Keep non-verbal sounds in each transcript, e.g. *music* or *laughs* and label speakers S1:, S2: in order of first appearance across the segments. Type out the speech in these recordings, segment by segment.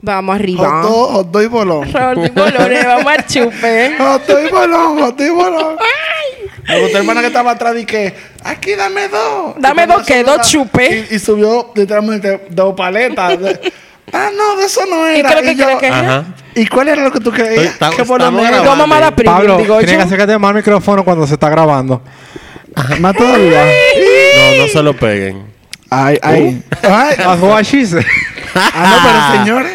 S1: Vamos arriba.
S2: Hot dog, hot dog y bolón.
S1: Revolver colores, vamos al chupe.
S2: Hot dog y bolón, hot dog y bolón. Me gustó hermana que estaba atrás y que, aquí dame dos.
S1: Dame
S2: Y cuando
S1: dos, ¿qué?
S2: subió
S1: Dos
S2: la-
S1: chupes.
S2: Y, y subió literalmente dos
S1: *laughs*
S2: paletas. De- ah, no, de eso no era.
S1: creo que
S2: yo, "Ah,
S1: crees que-
S3: Ajá.
S2: ¿Y cucuál era lo que tú creías?
S3: Estoy-
S2: ¿Qué
S3: estamos-
S2: bolón
S3: estamos
S2: era?
S3: grabando.
S1: Vamos a la prima,
S4: Pablo,
S1: digo
S4: tienes
S1: yo.
S4: que acercarte más al micrófono cuando se está grabando. Más todavía.
S3: No, no se lo peguen.
S2: Ay, ay. ay.
S4: That's what she
S2: Uh.
S4: said.
S2: Ah, no, pero señores,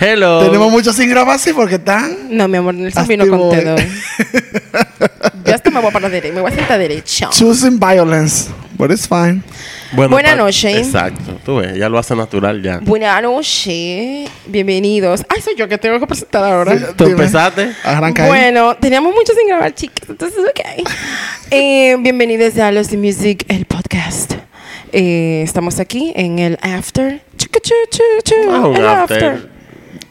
S3: Hello.
S2: tenemos mucho sin grabar así porque están.
S1: No, mi amor, Nelson vino
S2: activos.
S1: con
S2: *laughs*
S1: todo. Yo hasta me voy a parar derecha, me voy a sentar derecha.
S2: Choosing violence, but it's fine.
S3: Buena
S1: Buena
S3: pa-
S1: noche.
S3: Exacto. Tú ves, ya lo hace natural ya.
S1: Buenas noches, bienvenidos. Ay, soy yo que tengo que presentar ahora.
S2: Sí,
S3: Tú
S2: dime.
S3: empezaste.
S2: Arranca ahí.
S1: Bueno, teníamos mucho sin grabar, chicas, entonces
S2: *laughs*
S1: ok. Eh, bienvenidos a Los de Music, el podcast. Eh, estamos aquí en el after. Chuca, chu, chu, chu,
S3: Ah, un
S1: el
S3: after.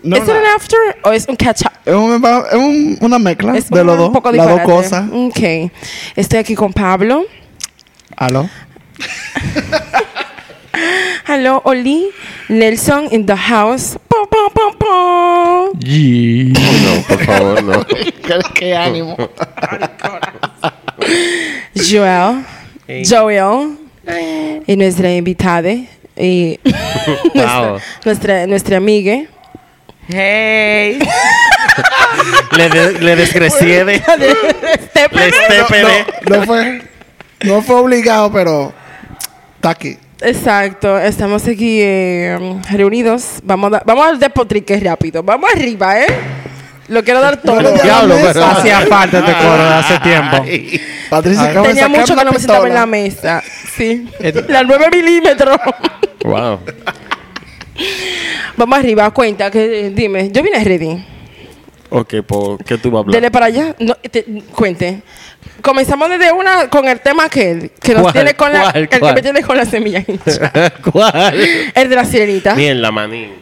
S2: No,
S1: ¿Es
S2: no.
S1: un after o es un catch up?
S2: Es, un- es un- una mezcla
S1: Es
S2: Ah, de los dos.
S1: un poco
S2: las dos
S1: disparate.
S2: cosas.
S1: Ok. Estoy aquí con Pablo.
S2: ¿Aló?
S1: Hello, Oli. Nelson in the house. Pom, pom, pom, pom.
S3: No, por favor, no.
S2: Qué ánimo.
S1: Joel. Joel. Y nuestra invitada. Y nuestra,
S3: Wow.
S1: nuestra, nuestra amiga.
S3: Hey. le, de, le desgreciede. *laughs* le estépede.
S2: No, no fue, no fue obligado, pero está aquí.
S1: Exacto, estamos aquí eh, reunidos. Vamos, a, dar- vamos al despotrique rápido. Vamos arriba, ¿eh? Lo quiero dar todo.
S2: le digas-
S4: Diablo,
S2: la
S4: pero *laughs*
S2: mesa.
S4: hacía falta este coro de hace tiempo.
S3: Ay.
S2: Patricia acaba de
S1: Tenía
S2: sacar
S1: mucho
S2: una
S1: que no me sentaba en
S2: pistola.
S1: la mesa. Sí.
S4: Et-
S1: La 9 milímetros. *laughs*
S3: Wow.
S1: Vamos arriba, cuenta. Que, eh, dime, yo vine ready.
S3: Ok, ¿por qué tú vas a hablar?
S1: Dele para allá. No, te- cuente. Comenzamos desde una con el tema aquel. Que nos
S3: ¿Cuál?
S1: tiene con la.
S3: ¿Cuál?
S1: el que
S3: ¿Cuál?
S1: me tiene con la semilla hincha.
S2: *laughs*
S3: ¿Cuál?
S1: El de la sirenita.
S3: *laughs* Ni en la maní.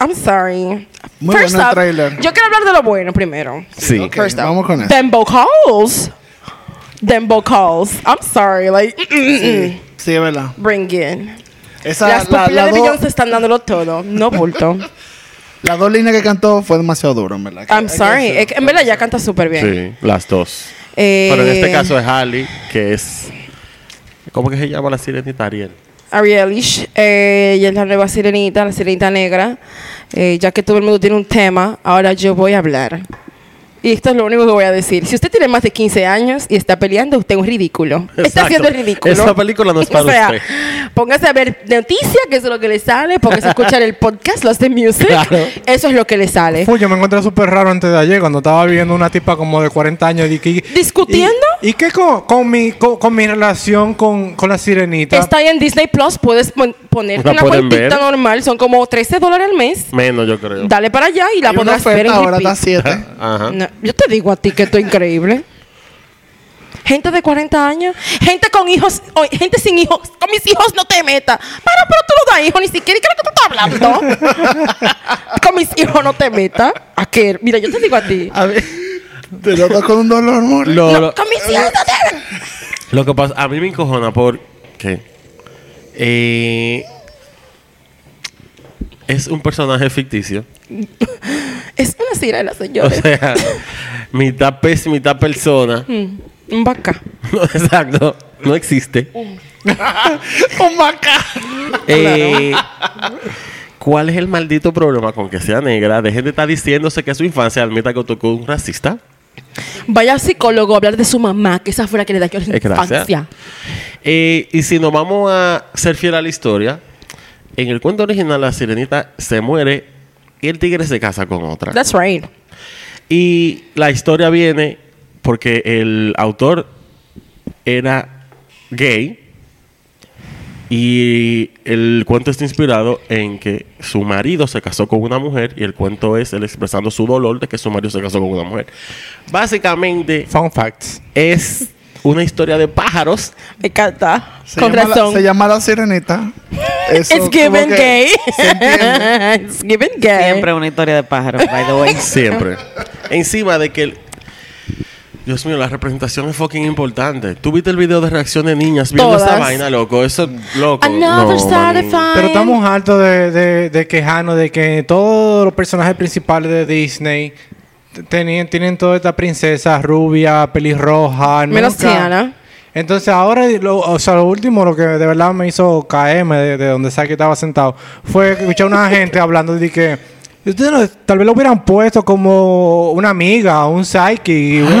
S1: I'm sorry.
S2: Muy
S1: First
S2: bueno el
S1: up,
S2: trailer.
S1: Yo quiero hablar de lo bueno primero.
S3: Sí.
S2: Ok, vamos con eso.
S1: Dembo calls. Dembo calls. I'm sorry. Like, mm, mm, mm.
S2: Sí, es verdad.
S1: bring in.
S2: Esa,
S1: Las
S2: la-
S1: pupilas
S2: la
S1: de
S2: do-
S1: Beyoncé están dándolo todo. No
S2: *laughs*
S1: bulto.
S2: Las dos líneas que cantó fue demasiado duro, en verdad.
S1: I'm sorry. Es que En verdad, ya canta súper bien.
S3: Sí, las dos.
S1: Eh,
S3: Pero en este caso es Ali, que es. ¿Cómo que se llama la sirenita Ariel?
S1: Arielish, eh, ella es la nueva sirenita, la sirenita negra. Eh, ya que todo el mundo tiene un tema, ahora yo voy a hablar. Y esto es lo único que voy a decir. Si usted tiene más de 15 años y está peleando, usted es un ridículo. Está
S3: Exacto.
S1: haciendo el ridículo.
S3: Esa
S1: *laughs*
S3: película no es para
S1: o sea,
S3: usted.
S1: Póngase a ver noticias, que eso es lo que le sale. Póngase a escuchar el podcast, los de music.
S3: *laughs* Claro.
S1: Eso es lo que le sale.
S4: Uy, yo me encontré súper raro antes de ayer cuando estaba viendo una tipa como de 40 años. Y, que- y-
S1: ¿Discutiendo?
S4: ¿Y, qué con, con mi, con, con mi relación con, con la sirenita?
S1: Está ahí en Disney Plus, puedes pon- poner
S3: La
S1: una
S3: pueden
S1: cuentita
S3: ver.
S1: normal, son como 13 dólares al mes.
S3: Menos, yo creo.
S1: Dale para allá y la
S2: La una
S1: podrás ver en
S2: oferta ahora
S1: repeat.
S2: está *laughs* siete.
S3: Ajá.
S1: No, yo te digo a ti que esto es increíble. Gente de 40 años, gente con hijos, o gente sin hijos, con mis hijos no te metas. Pero, pero tú no das hijos, ni siquiera, ¿y ¿qué es lo que tú estás hablando?
S3: *laughs*
S1: con mis hijos no te metas. ¿A qué? Mira, yo te digo a ti.
S3: A ver,
S2: Te lo toco con un dolor, amor.
S3: Lo,
S1: No,
S3: lo-
S1: con mis hijos no te metas.
S3: lo que pasa, a mí me encojona porque eh, es un personaje ficticio.
S1: Es una sirena,
S3: O
S1: señores.
S3: sea, mitad pez, mitad persona. *laughs*
S1: Mm, Un vaca.
S3: No, exacto. No existe.
S2: Un maca.
S3: Eh, ¿Cuál es el maldito problema con que sea negra? Dejen de estar diciéndose que su infancia admita que tocó un racista.
S1: Vaya al psicólogo a hablar de su mamá, que esa fue la que le da yo la
S3: Eh, gracias.
S1: infancia.
S3: Eh, y si nos vamos a ser fiel a la historia, en el cuento original la sirenita se muere y el tigre se casa con otra.
S1: That's right.
S3: Y la historia viene porque el autor era gay y el cuento está inspirado en que su marido se casó con una mujer y el cuento es él expresando su dolor de que su marido se casó con una mujer. Básicamente
S4: Fun facts.
S3: es una historia de pájaros.
S1: Me encanta.
S2: Se
S1: Con
S2: llama la-
S1: razón.
S2: se llama
S1: *laughs*
S2: La Sirenita. Eso
S1: It's
S2: como
S1: given
S2: que
S1: gay.
S2: se entiende.
S1: *laughs* It's given gay.
S5: Siempre una historia de pájaros, by the way.
S3: Siempre. Encima de que... el- Dios mío, la representación es fucking importante. ¿Tú viste el video de reacción de niñas viendo esta
S1: Todas.
S3: vaina, loco? Eso, loco.
S1: Another
S3: no, manín.
S1: satisfying.
S4: Pero estamos hartos de, de, de quejarnos de que todos los personajes principales de Disney t- tenían, tienen toda esta princesa rubia, pelirroja.
S1: Menos
S4: nunca-
S1: Tiana.
S4: Entonces ahora, lo, o sea, lo último, lo que de verdad me hizo caerme de, de donde sea que estaba sentado, fue escuchar a una gente hablando de que ustedes no- tal vez lo hubieran puesto como una amiga, un psyche. una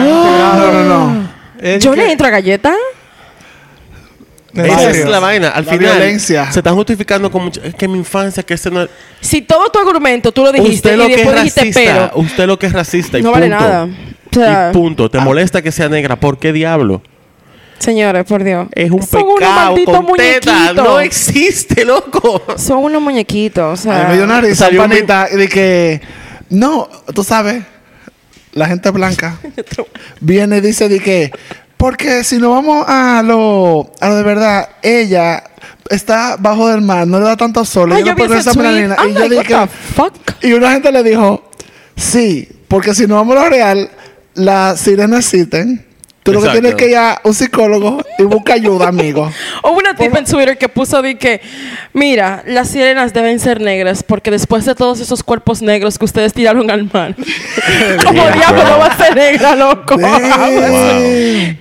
S2: No,
S4: integrada".
S2: no, no.
S4: Es de
S1: Ah. Yo
S4: que-
S1: le entro a galleta.
S4: ¿En
S3: Esa
S4: serio?
S3: es la vaina. Al
S2: La
S3: final,
S2: violencia.
S3: se están justificando con mucho. Es que mi infancia, que ese no.
S1: Si todo tu argumento tú lo dijiste
S3: usted lo
S1: y
S3: que es
S1: después dijiste
S3: racista.
S1: pero.
S3: Usted lo que es racista. Y
S1: No vale
S3: punto.
S1: nada. O sea, ah.
S3: y punto. Te molesta que sea negra. ¿Por qué diablo?
S1: señores, por Dios.
S3: Es un
S1: Son unos
S3: pecado
S1: malditos
S3: con teta.
S1: muñequitos.
S3: No existe, loco.
S1: Son unos muñequitos. O
S2: A
S1: sea,
S2: mí me dio una risa,
S3: Salió un vi-
S2: panita, de que... No, tú sabes, la gente blanca
S1: *laughs*
S2: viene y dice de que... Porque si no vamos a lo, a lo de verdad, ella está bajo del mar, no le da tanto sol.
S1: Ay,
S2: ella
S1: yo
S2: no
S1: vi
S2: puede
S1: ese
S2: usar
S1: tweet.
S2: melanina.
S1: I'm
S2: Y yo
S1: like,
S2: dije,
S1: what the fuck?
S2: Y una gente le dijo, sí, porque si no vamos a lo real, las sirenas existen. Tú lo que
S3: Exacto.
S2: tienes que ir a un psicólogo y busca
S1: *laughs*
S2: ayuda, amigo.
S1: Hubo una tipa en Twitter que puso de que, mira, las sirenas deben ser negras porque después de todos esos cuerpos negros que ustedes tiraron al
S2: *laughs*
S1: mar, como
S3: Damn,
S1: diablo
S3: bro.
S1: no va a ser negra, loco.
S2: Damn.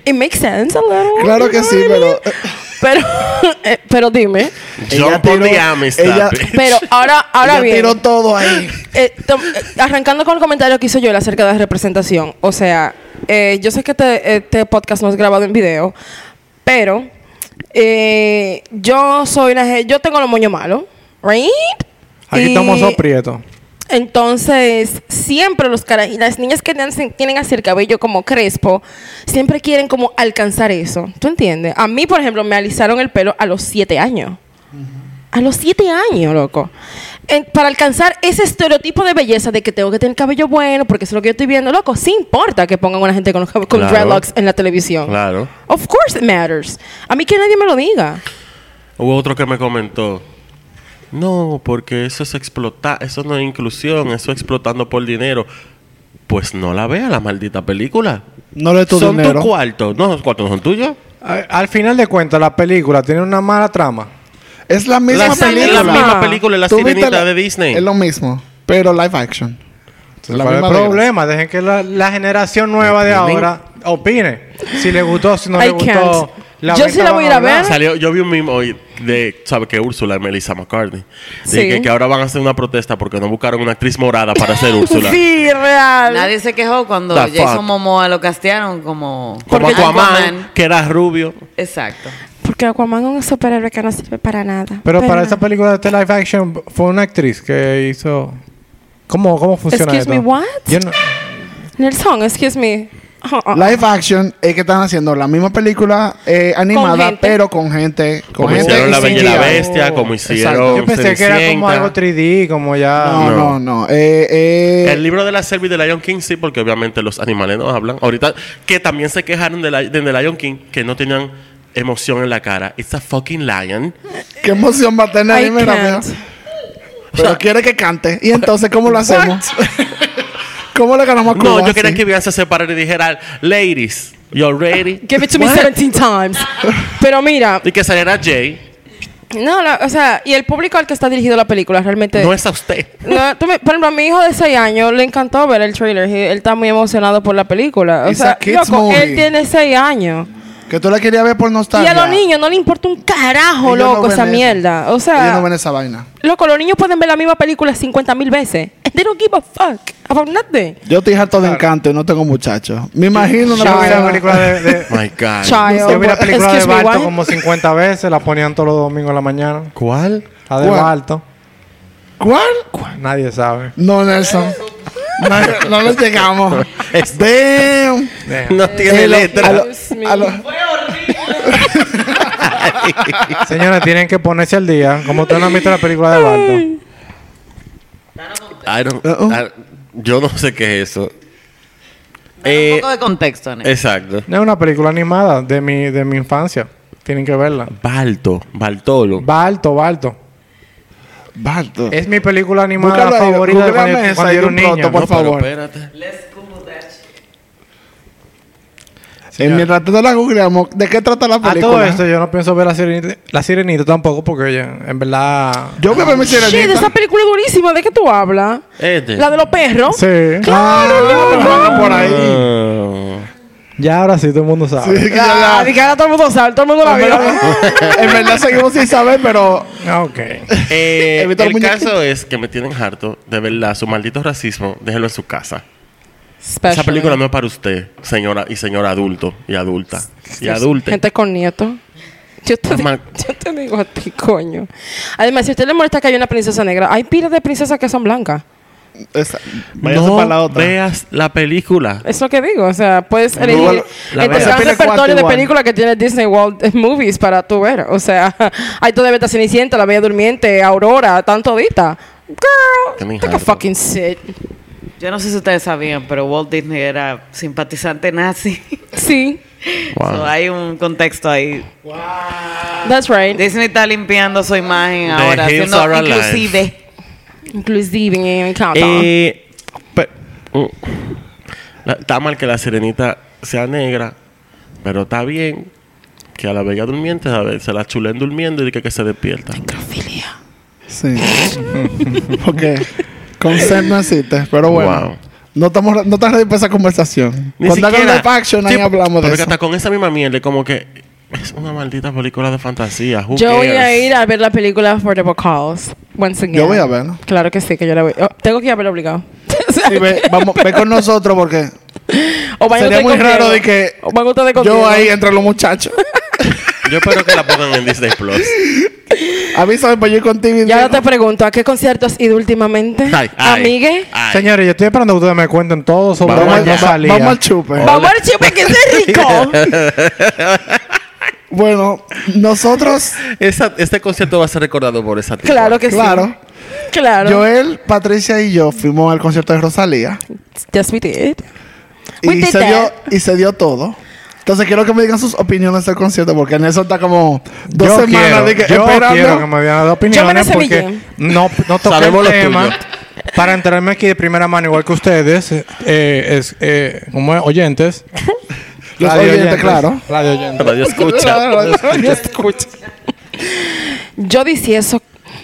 S1: It makes sense a little.
S2: Claro
S1: you
S2: que
S1: know
S2: sí,
S1: what I mean?
S2: pero...
S1: Pero, *laughs* eh, pero dime.
S2: Ella
S3: Jump on
S2: tiró-
S3: the amistad.
S2: ella-
S3: bitch.
S1: Pero
S2: *laughs*
S1: ahora, ahora
S2: Ella
S1: bien.
S2: tiró todo ahí.
S1: Eh, tom- eh, arrancando con el comentario que hizo Joel acerca de la representación, o sea, eh, yo sé que este, este podcast no es grabado en video, pero eh, yo soy una, ge- yo tengo los moños malos, right?
S4: Aquí
S1: Y
S4: estamos todos prietos.
S1: Entonces, siempre los cara y las niñas que tienen, tienen así el cabello como crespo, siempre quieren como alcanzar eso, ¿tú entiendes? A mí, por ejemplo, me alisaron el pelo a los siete años. A los siete años, loco. En- para alcanzar ese estereotipo de belleza de que tengo que tener cabello bueno, porque eso es lo que yo estoy viendo, loco, sí importa que pongan una gente con, los cab- con
S3: Claro.
S1: dreadlocks en la televisión.
S3: Claro.
S1: Of course it matters. A mí que nadie me lo diga.
S3: Hubo otro que me comentó. No, porque eso es explotar, eso no es inclusión, eso es explotando por dinero. Pues no la vea la maldita película.
S2: No le tu
S3: son
S2: dinero.
S3: tus cuartos. No, los cuartos no son tuyos.
S4: Al, al final de cuentas, la película tiene una mala trama.
S2: Es la misma
S3: La,
S1: es la
S2: película.
S3: la misma
S1: misma.
S3: película, La
S2: Tú viste
S3: Sirenita
S2: la-
S3: de Disney.
S2: Es lo mismo, pero live action. Es la
S4: ¿Cuál es el
S2: misma regla.
S4: problema? Dejen que la, la generación nueva de ahora opine. Si le gustó, si no
S1: I
S4: le gustó.
S1: can't.
S4: la
S1: Yo
S4: venta
S1: sí la
S4: van
S1: voy a ir a
S4: hablar.
S1: ver.
S3: Salió, yo vi un meme hoy de, ¿sabes qué? Úrsula y Melissa McCartney. De
S1: Sí.
S3: que, que ahora van a hacer una protesta porque no buscaron una actriz morada para
S2: *laughs*
S3: ser Úrsula.
S1: Sí, real.
S5: *laughs* Nadie se quejó cuando
S3: The
S5: Jason
S3: fuck.
S5: Momoa lo castearon como...
S3: Como
S5: Porque-
S3: Aquaman, que era rubio.
S5: Exacto.
S1: Porque Aquaman es un superhéroe que no sirve para nada.
S4: Pero para
S1: nada.
S4: esta película de este live action fue una actriz que hizo. ¿Cómo, cómo funciona
S1: Excuse
S4: esto?
S1: me, what?
S4: Yo no-
S1: Nelson, excuse me. Oh, oh.
S2: Live action es que están haciendo la misma película eh, animada,
S1: gente.
S2: pero con gente. Con
S3: Como
S2: gente
S3: hicieron La
S2: y
S3: Bella y la
S2: CGI.
S3: Bestia, como hicieron
S4: yo pensé que era como
S3: Cenicienta.
S4: algo 3D, como ya.
S2: No,
S3: No.
S2: no, no. Eh, eh,
S3: El libro de la Selva y de Lion King, sí, porque obviamente los animales no hablan. Ahorita, que también se quejaron de, la- de The Lion King, que no tenían emoción en la cara. It's a fucking lion.
S2: Qué emoción va a tener.
S1: I
S2: dime la
S1: can't.
S2: mía. Pero quiere que cante. ¿Y entonces cómo lo hacemos? *laughs* Oh, ¿Cómo le ganamos a Cuba?
S3: No, yo quería
S2: así?
S3: que Beyoncé se parara y dijera, ladies, you're ready.
S2: Ah,
S1: Give it to me 17 times. Pero mira,
S3: Y que saliera Jay.
S1: no, la- o sea, y el público al que está dirigido la película realmente.
S3: No es a usted.
S1: No, tú me- por ejemplo, a mi hijo de 6 años le encantó ver el trailer. He- él está muy emocionado por la película. O
S2: It's
S1: sea,
S2: a kids
S1: loco,
S2: movie.
S1: él tiene 6 años.
S2: Que tú la querías ver por
S1: y
S2: nostalgia.
S1: a los niños no le importa un carajo,
S2: Ellos no
S1: loco,
S2: ven
S1: esa
S2: eso.
S1: mierda. O
S2: Ellos
S1: sea,
S2: no ven esa vaina.
S1: loco, los niños pueden ver la misma película 50 mil veces. And They don't give a fuck about nothing.
S2: Yo estoy harto de encanto y no tengo muchachos. Me imagino una
S4: Yo vi la
S2: vaina-
S4: película de.
S1: *laughs*
S4: de-
S3: My God.
S1: Child.
S4: yo vi la película de
S1: oh, Excuse me,
S4: Balto
S1: what?
S4: como 50 veces, la ponían todos los domingos en la mañana.
S3: ¿Cuál?
S4: La de
S2: ¿Cuál?
S4: Balto.
S2: ¿Cuál?
S4: Nadie sabe.
S2: No, Nelson. No, no le llegamos. Damn.
S3: No tiene
S2: Eh, lo- a
S3: letra.
S2: lo- a lo-
S4: Señores, tienen que ponerse al día. Como usted no ha visto la película de Balto.
S3: I don't-
S2: Uh-uh.
S3: I- yo no sé qué es eso.
S5: Un
S3: Eh,
S5: poco de contexto, Ane.
S3: exacto.
S4: Es una película animada de mi, de mi infancia. Tienen que verla.
S3: Balto, Bartolo.
S4: Balto, Balto.
S2: Balto.
S4: Es mi película animada
S2: Búscalo ahí,
S4: favorita de
S2: googleame
S4: cuando,
S2: esa
S4: cuando
S2: y
S4: yo era
S2: un
S4: un niño.
S2: pronto, por
S3: No, pero
S2: favor.
S3: espérate.
S2: Eh, mientras tanto la googleamos, ¿de qué trata la
S4: A
S2: película?
S4: Ah, todo esto yo no pienso ver la sirenita, la sirenita tampoco porque oye, en verdad...
S2: Yo me voy a mi
S1: Shit, esa
S2: sirenita.
S1: película es durísima. ¿De qué tú hablas?
S3: Este.
S1: La de los perros.
S4: Sí.
S1: Claro,
S2: Ah,
S1: loco.
S2: por ahí.
S3: Ah.
S4: Ya ahora sí todo el mundo sabe.
S2: Sí, que ya
S1: Ah,
S2: la-
S1: de que ahora todo el mundo sabe, todo el mundo la
S2: en
S1: vio.
S2: verdad- en verdad seguimos sin saber, pero
S4: Ah, Ok.
S3: Eh,
S2: Evita los
S3: el
S2: muñequitos.
S3: caso es que me tienen harto, de verdad, su maldito racismo, déjelo en su casa. Esa
S1: Especially.
S3: película no es para usted, señora y señora adulto y adulta y adulte.
S1: Gente con nietos. Yo te, di-
S3: Mamá.
S1: *laughs* yo te digo a ti, coño. Además, si a usted le molesta que haya una princesa negra, hay pilas de princesas que son blancas.
S2: esa- váyase
S3: No
S2: para la otra.
S3: veas la película.
S1: Es lo que digo. O sea, puedes
S2: No,
S1: elegir
S2: la-
S1: entre
S3: la
S1: el
S3: verdad.
S1: gran
S2: Pele
S1: repertorio de
S2: cuatro igual.
S1: películas que tiene Disney World eh, Movies para tú ver. O sea, *laughs* hay toda Beta Cenicienta, La Bella Durmiente, Aurora, tanto dita.
S3: Qué
S1: Girl, take a
S3: mijardo.
S1: fucking sit.
S5: Yo no sé si ustedes sabían, pero Walt Disney era simpatizante nazi. *laughs*
S1: Sí,
S3: Wow.
S5: So, hay un contexto ahí.
S1: that's right.
S5: Disney está limpiando su imagen
S3: The
S5: ahora,
S3: hills
S5: siendo
S3: are alive.
S5: inclusive.
S1: Inclusive en Countdown.
S3: Eh, pe- mm. La- está mal que la sirenita sea negra, pero está bien que a la bella durmiente a ver, se la chulen durmiendo y diga que se despierta.
S1: Necrofilia.
S2: Sí. *laughs* Porque consent no existe, pero bueno.
S3: Wow.
S2: No estamos no estás ready para esa conversación.
S3: Ni
S2: Cuando hagan
S3: siquiera-
S2: live action
S3: Sí,
S2: ahí hablamos de
S3: porque
S2: eso.
S3: hasta con esa misma mierda, como que es una maldita película de fantasía. Who
S1: Yo voy a
S3: cares?
S1: ir a ver la película Affordable Calls. Once again.
S2: Yo voy a ver, ¿no?
S1: Claro que sí, que yo la voy. oh, tengo que ir a verla obligado. *laughs* O sea,
S2: Sí, ve, vamos, ve con nosotros porque
S1: o vayan
S2: sería
S1: ustedes
S2: muy
S1: con
S2: raro
S1: Diego.
S2: de que
S1: O van ustedes con
S2: yo
S1: Diego.
S2: ahí entre
S1: *laughs*
S2: los muchachos.
S3: Yo espero que la pongan en Disney Plus.
S2: Avísame para yo ir contigo. y
S1: Y ahora te
S2: Diego.
S1: pregunto, ¿a qué concierto has ido últimamente?
S3: Ay, ay,
S1: Amigue.
S3: ay.
S4: Señores, yo estoy esperando que ustedes me cuenten todo sobre
S3: Vamos
S4: cuando
S3: allá.
S2: Va-
S4: salía.
S2: vamos al chupe.
S1: Vamos al chupe
S3: *laughs*
S1: que es rico.
S2: Bueno, nosotros,
S3: Esa- este concierto va a ser recordado por esa tipa.
S1: claro que
S2: claro,
S1: sí. Claro.
S2: Joel, Patricia y yo fuimos al concierto de Rosalía
S1: Yes, we did. We
S2: y
S1: did
S2: se,
S1: that.
S2: dio, y se dio todo. Entonces quiero que me digan sus opiniones del concierto porque en eso está como dos
S4: yo
S2: semanas
S4: quiero,
S2: de que
S4: yo
S2: esperando.
S4: quiero que
S2: *laughs*
S4: me dieran las opiniones
S1: Llámenos a
S4: porque
S1: Villén.
S4: no, no toqué
S3: Sabemos
S4: el
S3: lo
S4: tema.
S3: tuyo.
S4: Para enterarme aquí de primera mano, igual que ustedes, eh, es, eh, como es? oyentes.
S2: *laughs* Los
S4: Radio
S2: oyentes, claro.
S4: Radio oyentes.
S3: Radio
S2: *laughs*
S4: *laughs*
S3: escucha.
S1: Yo dije eso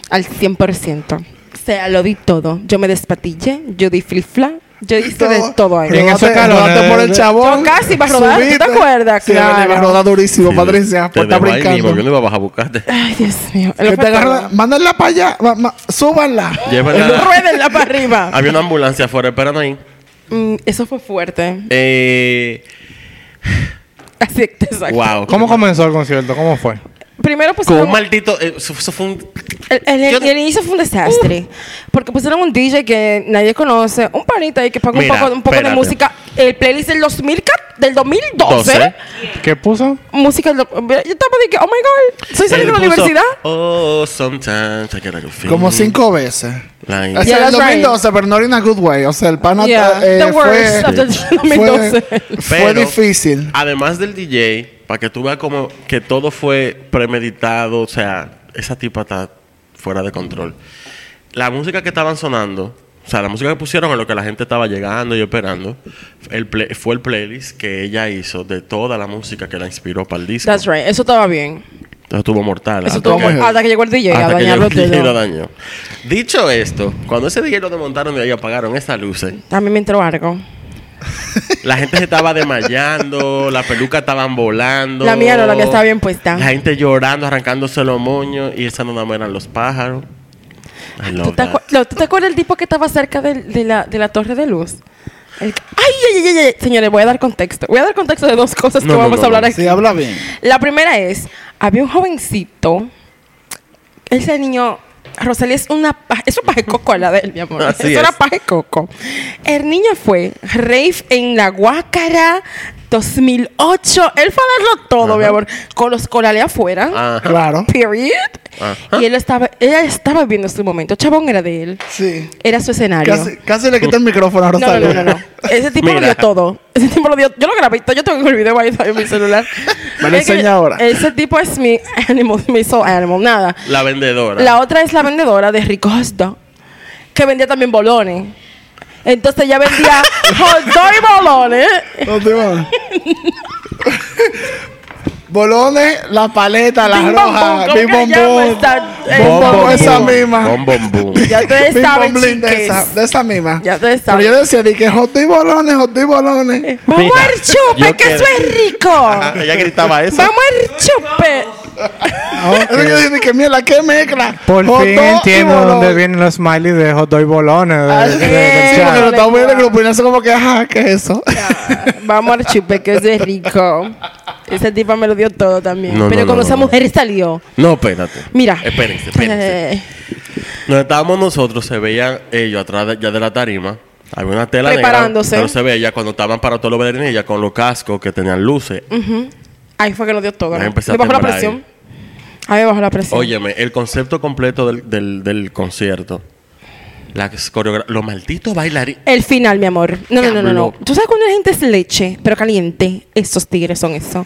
S1: al 100%. O sea, lo di todo. Yo me despatillé, yo di flip-flap, yo hice de todo ahí.
S4: Pero-
S2: Rodate-
S4: esos escalones,
S2: rodate por el
S4: yo
S2: chabón.
S1: casi para rodar, ¿tú te
S2: subiste.
S1: acuerdas?
S2: Sí,
S1: Claro.
S2: venía a rodar durísimo,
S3: Sí,
S2: Patricia.
S3: te
S2: Por estar
S3: dejo ahí
S2: brincando.
S3: mismo, yo no iba a bajar a
S1: *laughs*
S3: buscarte.
S1: Ay, Dios mío.
S2: Que te agarra, mándenla para allá, ma- ma- súbanla.
S3: Llévala.
S1: Ruédenla para
S3: *laughs*
S1: arriba.
S3: Había una ambulancia afuera esperando ahí.
S1: Mm, eso fue fuerte.
S3: Eh,
S1: Así exacto.
S3: wow.
S4: ¿Cómo comenzó el concierto? ¿Cómo fue?
S1: Primero
S3: Con
S1: pusieron...
S3: un maldito. eh, Eso, eso fue un.
S1: El, el- el-
S3: Yo-
S1: el inicio fue un desastre. Porque pusieron un DJ que nadie conoce, un panita ahí que pagó un
S3: Mira,
S1: poco, un poco de
S3: espérate.
S1: música. El playlist del, 2000, ca- del 2012.
S3: Doce.
S4: ¿Qué puso?
S1: Música del. do- Yo estaba de que, oh my god, soy
S3: Él
S1: saliendo de la
S3: puso,
S1: universidad.
S3: Oh, sometimes I get a good feeling.
S2: Como cinco veces.
S3: Like-
S2: O sea,
S1: Yeah,
S2: el
S1: that's right.
S2: 2012, pero no in a good way. O sea, el pana
S1: Yeah,
S2: eh,
S1: the
S2: fue,
S1: worst of the
S3: *laughs*
S1: *laughs*
S2: fue,
S1: 2012.
S2: fue
S3: Pero,
S2: difícil.
S3: Además del DJ, para que tú veas como que todo fue premeditado, o sea, esa tipa está fuera de control. La música que estaban sonando, o sea, la música que pusieron a lo que la gente estaba llegando y esperando, el play- fue el playlist que ella hizo de toda la música que la inspiró para el disco.
S1: That's right, eso estaba bien.
S3: Entonces estuvo mortal.
S1: Eso
S3: Hasta
S1: estuvo
S3: que-
S2: ¿cómo es?
S1: bueno. Hasta que llegó el DJ a
S3: hasta que *laughs*
S1: dañarlo
S3: llegó el DJ y lo
S1: todo.
S3: dañó. Dicho esto, cuando ese DJ lo desmontaron y ahí apagaron esas luces,
S1: A mí me entró algo.
S3: La gente se estaba desmayando, las pelucas estaban volando.
S1: La mía no, la mía estaba bien puesta.
S3: La gente llorando, arrancándose los moños y esa no nada más eran los pájaros. I
S1: Ah, ¿Tú
S3: love
S1: te,
S3: that.
S1: acuer- no, ¿Tú te acuerdas del tipo que estaba cerca del- de, la, de la torre de luz? El- Ay, ay, ay, ay, ay. Señores, voy a dar contexto. Voy a dar contexto de dos cosas
S3: No,
S1: que
S3: no,
S1: vamos
S3: no,
S1: a hablar
S3: no.
S1: aquí.
S2: Sí, habla bien.
S1: La primera es, había un jovencito, ese niño, Rosalía es una, pa- es un paje coco a la de él, mi amor.
S3: *laughs* Así
S1: es una
S3: es.
S1: paje coco. El niño fue rave en la guácara, 2008. Él fue a darlo todo, mi amor. Con los corales afuera.
S3: Ajá.
S2: Claro.
S1: Period.
S3: Ajá.
S1: Y él estaba, ella estaba viviendo su momento. Chabón era de él.
S2: Sí.
S1: Era su escenario.
S2: Casi, casi le quité el micrófono a
S1: No, no,
S2: Rosario.
S1: no, no, no. Ese tipo lo
S3: Mira.
S1: dio todo. Ese tipo lo dio. Yo lo grabé. todo. Yo tengo el video ahí en mi celular.
S2: Me lo
S1: Es que
S2: enseña ahora.
S1: Ese tipo es mi animal, mi soul animal. Nada.
S3: La vendedora.
S1: La otra es la vendedora de Rico Hot Dog, que vendía también bolones. Entonces ella
S3: *laughs*
S1: vendía hot dog y bolones.
S2: No te vas. Bolones, la paleta, la
S1: Bing, bom, bom,
S2: roja,
S1: ¿cómo
S2: bing
S1: que
S2: bom
S1: llama
S2: bom.
S1: esta- eh,
S2: Bom, bom,
S1: bom,
S2: esa
S1: bom?
S2: misma.
S3: Bom, bom, boom.
S1: *laughs* Ya ustedes
S2: Ping
S1: saben,
S2: pong bling de
S1: chiques.
S2: esa, de esa misma.
S1: Ya ustedes
S2: Pero
S1: saben.
S2: yo decía, di que hot y bolones, hot y bolones.
S1: Vamos
S3: Mira,
S1: al chupe,
S3: yo
S1: que
S3: quiero-
S1: eso es rico.
S2: Ah,
S3: Ajá, ella gritaba eso.
S1: Vamos al chupe.
S2: Entonces yo dije, di que mierda, qué mezcla.
S4: Por
S2: Hot
S4: fin
S2: dog y
S4: entiendo dónde
S2: bolón.
S4: vienen los smiley de hot dog y bolones. de-
S2: Ah,
S4: de-
S2: sí,
S4: de- del
S1: Sí,
S2: porque
S4: chat.
S2: lo estamos viendo en
S1: Claro.
S2: el grupo y nosotros como que, ajá, ¿qué es eso?
S1: Vamos al chupe, que eso es rico. Ese tipo me lo dio todo también.
S3: No,
S1: Pero
S3: no,
S1: cuando
S3: no,
S1: esa
S3: no, no.
S1: mujer salió,
S3: No, espérate.
S1: mira.
S3: Espérense, espérense.
S1: Eh,
S3: Donde estábamos nosotros, se veían ellos atrás de- ya de la tarima. Había una tela negra,
S1: Preparándose.
S3: pero se veía cuando estaban para todos los bailarines, ya con los cascos que tenían luces.
S1: *laughs* ahí fue que lo dio todo.
S3: Ahí
S1: ¿no?
S3: empecé
S1: Me
S3: a
S1: bajó la
S3: temblar ahí.
S1: presión. Ahí me bajó la presión.
S3: Óyeme, el concepto completo del, del- del concierto. Las coreogra- los malditos bailarines.
S1: El final, mi amor. No, no, no, no, no.
S3: Diablo.
S1: Tú sabes cuando la gente es leche, pero caliente. Esos tigres son eso.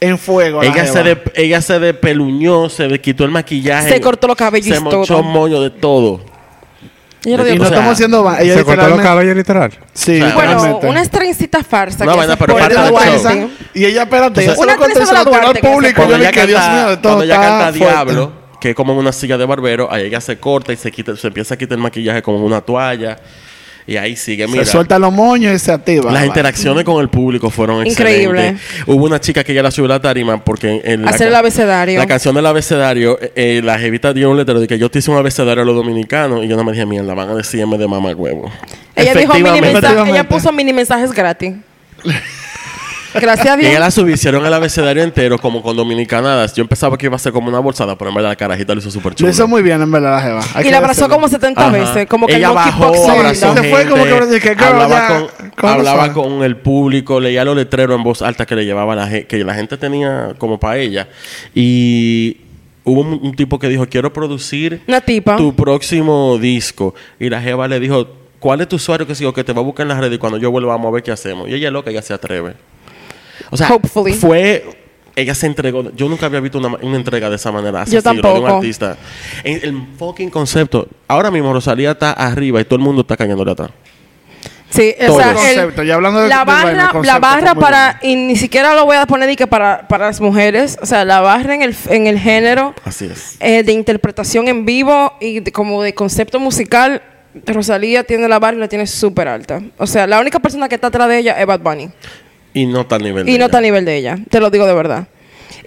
S2: en fuego. la
S3: Ella se,
S2: jeva.
S3: de- ella se despeluñó, se le quitó el maquillaje.
S1: Se cortó los cabellos y
S3: Se mochó
S1: todo.
S3: moño de todo.
S1: Ella lo
S2: Y
S1: dio
S3: O
S2: no
S1: todo.
S3: sea,
S2: estamos haciendo... va- Ella
S4: Se cortó los
S2: literalmente-
S4: cabellos literal.
S2: Sí,
S3: Bueno,
S1: Bueno,
S2: literalmente.
S1: una estrencita farsa.
S3: Una
S1: que
S3: vaina,
S1: hacen
S3: pero
S1: por
S3: parte
S1: el
S2: Ella
S3: del
S1: Duarte.
S3: show.
S2: piensa, y ella, espérate,
S3: Entonces,
S2: eso
S1: una
S2: lo contó y
S1: actriz
S2: se
S1: de la
S2: lo tiró al
S1: Duarte que
S2: público.
S1: se
S2: Yo
S3: Cuando
S2: le
S3: ella
S2: que Dios mío,
S3: canta,
S2: de todo
S3: cuando ella
S2: está
S3: canta
S2: fuerte".
S3: Diablo, que es como en una silla de barbero, ahí ella se corta y se quita, se empieza a quitar el maquillaje como en una toalla. Y ahí sigue, mira.
S2: Se suelta los moños y se activa.
S3: Las
S2: Va.
S3: interacciones con el público fueron
S1: Increíble.
S3: excelentes. Hubo una chica que ya la subió a la tarima porque en, en la,
S1: Hacer el
S3: ca-
S1: abecedario.
S3: La canción del abecedario, eh, eh, la jevita dio un letrero de que yo te hice un abecedario a los dominicanos y yo no me dije, mierda, van a decirme de mamá huevo.
S1: Ella dijo mini
S3: Efectivamente.
S1: mensaje- Ella
S2: Efectivamente.
S1: puso mini mensajes
S3: *laughs*
S1: gratis. Gracias a
S3: Y ella
S1: Dios.
S3: la subió, hicieron el abecedario entero como con dominicanadas. Yo empezaba que iba a ser como una bolsada, pero en verdad la carajita lo hizo súper chulo.
S2: Lo hizo muy bien, en verdad, la jeva. Hay
S1: Y
S2: que
S1: la abrazó
S2: decirlo.
S1: como 70
S3: Ajá.
S1: veces. Como que
S3: ella
S1: el monkey
S3: bajó,
S1: box
S2: boxing.
S3: abrazó
S2: Se
S3: gente,
S2: fue como que dije, "Girl,
S3: hablaba,
S2: ya,
S3: con,
S2: ¿cómo
S3: hablaba
S2: fue?"
S3: con el público, leía los letreros en voz alta que le llevaba la gente, que la gente tenía como para ella. Y hubo un, un tipo que dijo, quiero producir
S1: Una tipa.
S3: tu próximo disco. Y la jeva le dijo, ¿cuál es tu usuario que sigo que te va a buscar en las redes y cuando yo vuelva vamos a ver qué hacemos? Y ella es loca, ella se atreve. O sea,
S1: Hopefully.
S3: fue... Ella se entregó. Yo nunca había visto una, ma- una entrega de esa manera. hace
S1: Yo
S3: siglos de un
S1: tampoco.
S3: artista artista. En el fucking concepto. Ahora mismo Rosalía está arriba y todo el mundo está cañándole atrás.
S1: Sí, o
S3: Todo.
S1: sea,
S3: El
S2: concepto, ya hablando de-
S1: la
S2: de vaina, el
S1: barra, la
S2: concepto
S1: barra
S2: fue muy
S1: para y ni siquiera lo voy a poner y que para, para las mujeres, o sea, la barra en el en el género
S3: Así es.
S1: eh, de interpretación en vivo y de- como de concepto musical, Rosalía tiene la barra y la tiene súper alta. O sea, la única persona que está atrás de ella es Bad Bunny
S3: Y no está al nivel.
S1: y no está a nivel de ella, te lo digo de verdad.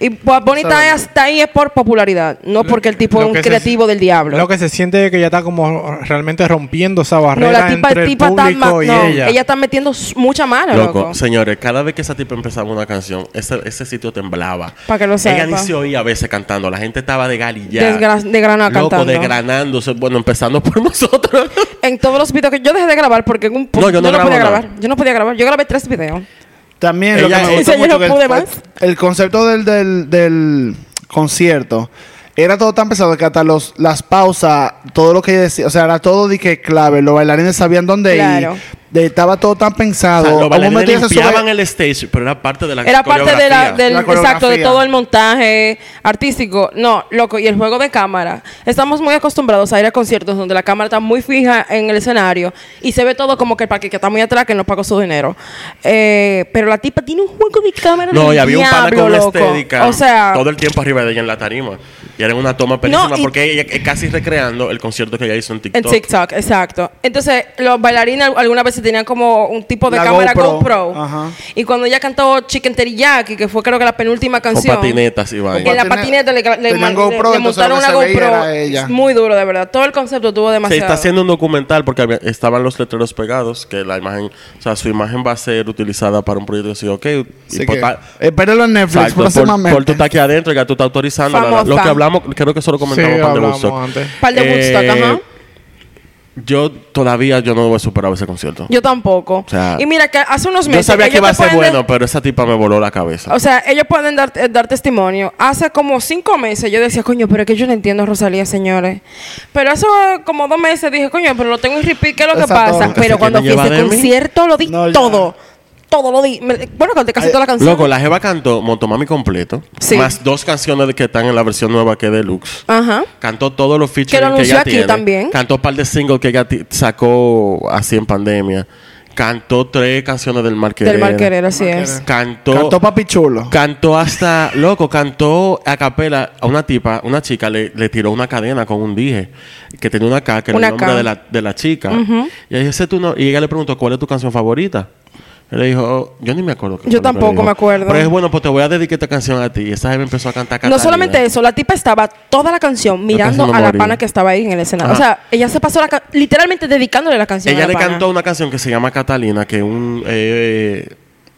S1: Y Bad Bunny está ahí, está ahí es por popularidad, no porque el tipo
S4: Lo
S1: es un
S4: que se-
S1: creativo del diablo.
S4: Lo que se siente es que ella está como realmente rompiendo esa barrera
S1: no, la tipa,
S4: entre el
S1: tipa está ma-
S4: público y
S1: no,
S4: ella.
S1: está metiendo s- mucha mano,
S3: Loco,
S1: loco.
S3: señores, cada vez que esa tipa empezaba una canción, ese, ese sitio temblaba.
S1: Pa' que lo
S3: Ella ni
S1: sepa.
S3: se oía a veces cantando. La gente estaba de galilla.
S1: Desgra- desgranada
S3: Loco,
S1: cantando.
S3: desgranándose. Bueno, empezando por *laughs* nosotros.
S1: En todos los videos que yo dejé de grabar porque en un punto
S3: No, yo no grabo
S1: podía
S3: nada.
S1: grabar. Yo no podía grabar. Yo grabé tres videos.
S2: También lo
S3: Ella-
S2: que me
S1: Ese
S2: gustó
S1: yo no
S2: mucho que
S1: pude
S2: fue-
S1: más.
S2: el concepto del, del, del concierto era todo tan pesado que hasta los, las pausas, todo lo que ella decía, o sea, era todo de que clave, los bailarines sabían dónde
S1: Claro.
S2: ir, de- estaba todo tan
S3: O
S2: pensado.
S3: sea,
S2: A
S3: los
S2: un
S3: bailarines
S2: momento ella se sube-
S3: limpiaban el stage, pero era parte de la
S1: Era parte de la,
S3: coreografía.
S1: del
S2: La coreografía.
S1: exacto de todo el montaje artístico. No, loco, y el juego de cámara. Estamos muy acostumbrados a ir a conciertos donde la cámara está muy fija en el escenario y se ve todo como que el parque que está muy atrás que no pagó su dinero. Eh, pero la tipa tiene un juego de cámara
S3: No,
S1: del
S3: y había un pana
S1: diablo,
S3: con una
S1: loco.
S3: estética.
S1: O sea,
S3: todo el tiempo arriba de ella en la tarima. Y era una toma penísima
S1: No, y-
S3: porque ella es casi recreando el concierto que ella hizo en TikTok.
S1: En TikTok, exacto. Entonces, los bailarines al- algunas veces tenían como un tipo de
S2: La
S1: cámara
S2: GoPro.
S1: GoPro.
S2: Ajá.
S1: Y cuando ella cantó Chicken Teriyaki, que fue creo que la penúltima
S3: Con
S1: canción.
S3: patinetas y vaina.
S1: Que en la
S2: Tenía-
S1: patineta le, le,
S2: tenían
S1: man- le-
S2: GoPro,
S1: le
S2: entonces
S1: montaron
S2: lo que
S1: una
S2: se veía
S1: GoPro.
S2: era ella.
S1: Es Muy duro, de verdad. Todo el concepto tuvo
S3: Se
S1: demasiado.
S3: está haciendo un documental porque había- estaban los letreros pegados que la imagen, o sea, su imagen va a ser utilizada para un proyecto así, ok. y
S2: Así
S3: por
S2: que,
S3: tal-
S2: espéralo en Netflix
S3: Exacto, por,
S2: próximamente.
S3: por tu taque adentro, ya tú estás autorizando. la- la- lo
S1: Famosa.
S3: que hablamos, creo que eso lo comentamos
S4: Sí,
S3: cuando
S4: hablamos
S3: Woodstock.
S4: antes.
S1: Pal de Woodstock,
S3: eh,
S1: ajá.
S3: Yo todavía yo no he superado ese concierto. Yo,
S1: Yo tampoco.
S3: O sea,
S1: y mira, que hace unos meses.
S3: sabía
S1: ellos
S3: que
S1: te
S3: iba a ser
S1: pueden dar-
S3: bueno, pero esa tipa me voló la cabeza.
S1: O sea, ellos pueden dar, eh, dar testimonio. Hace como cinco meses yo decía, coño, pero es que yo no entiendo a Rosalía, señores. Pero hace eh, como dos meses dije, coño, pero lo tengo en repeat, ¿qué es lo que
S2: Exacto.
S1: pasa?
S2: Porque
S3: se
S1: Pero cuando fui
S3: quieren
S1: a ese
S3: llevar de mí.
S1: concierto lo di
S2: No, ya.
S1: todo. Todo lo di. Me- bueno, canté casi
S2: Ay,
S1: toda la canción.
S3: Loco, la Jeva cantó Motomami completo,
S1: Sí.
S3: más dos canciones que están en la versión nueva que es deluxe.
S1: Ajá.
S3: Cantó todos los features
S1: Que
S3: que,
S1: lo anunció
S3: ella
S1: aquí
S3: tiene.
S1: también.
S3: Cantó un par de singles que ella ti- sacó así en pandemia. Cantó tres canciones del Marquerera.
S1: Del mal querer, así es.
S3: Cantó,
S2: Cantó Papi Chulo.
S3: Cantó hasta, loco, cantó a capela a una tipa, una chica le, le tiró una cadena con un dije que tenía una K, que era
S1: Una
S3: el nombre
S1: K.
S3: de la, de la chica. Y ella, dice, "Tú no-" y ella le preguntó, ¿cuál es tu canción favorita? Él le dijo, "Oh, yo ni me acuerdo. qué
S1: Yo
S3: fue lo que le
S1: tampoco
S3: dijo.
S1: me acuerdo.
S3: Pero es bueno, pues te voy a dedicar esta canción a ti. Y esa vez empezó a cantar
S1: No solamente eso, la tipa estaba toda la canción mirando
S3: casi me
S1: a la
S3: morí.
S1: pana que estaba ahí en el escenario. O
S3: Ajá.
S1: sea, ella se pasó la ca- literalmente dedicándole la canción. a
S3: Ella
S1: la
S3: le
S1: pana.
S3: cantó una canción que se llama Catalina, que es un, eh,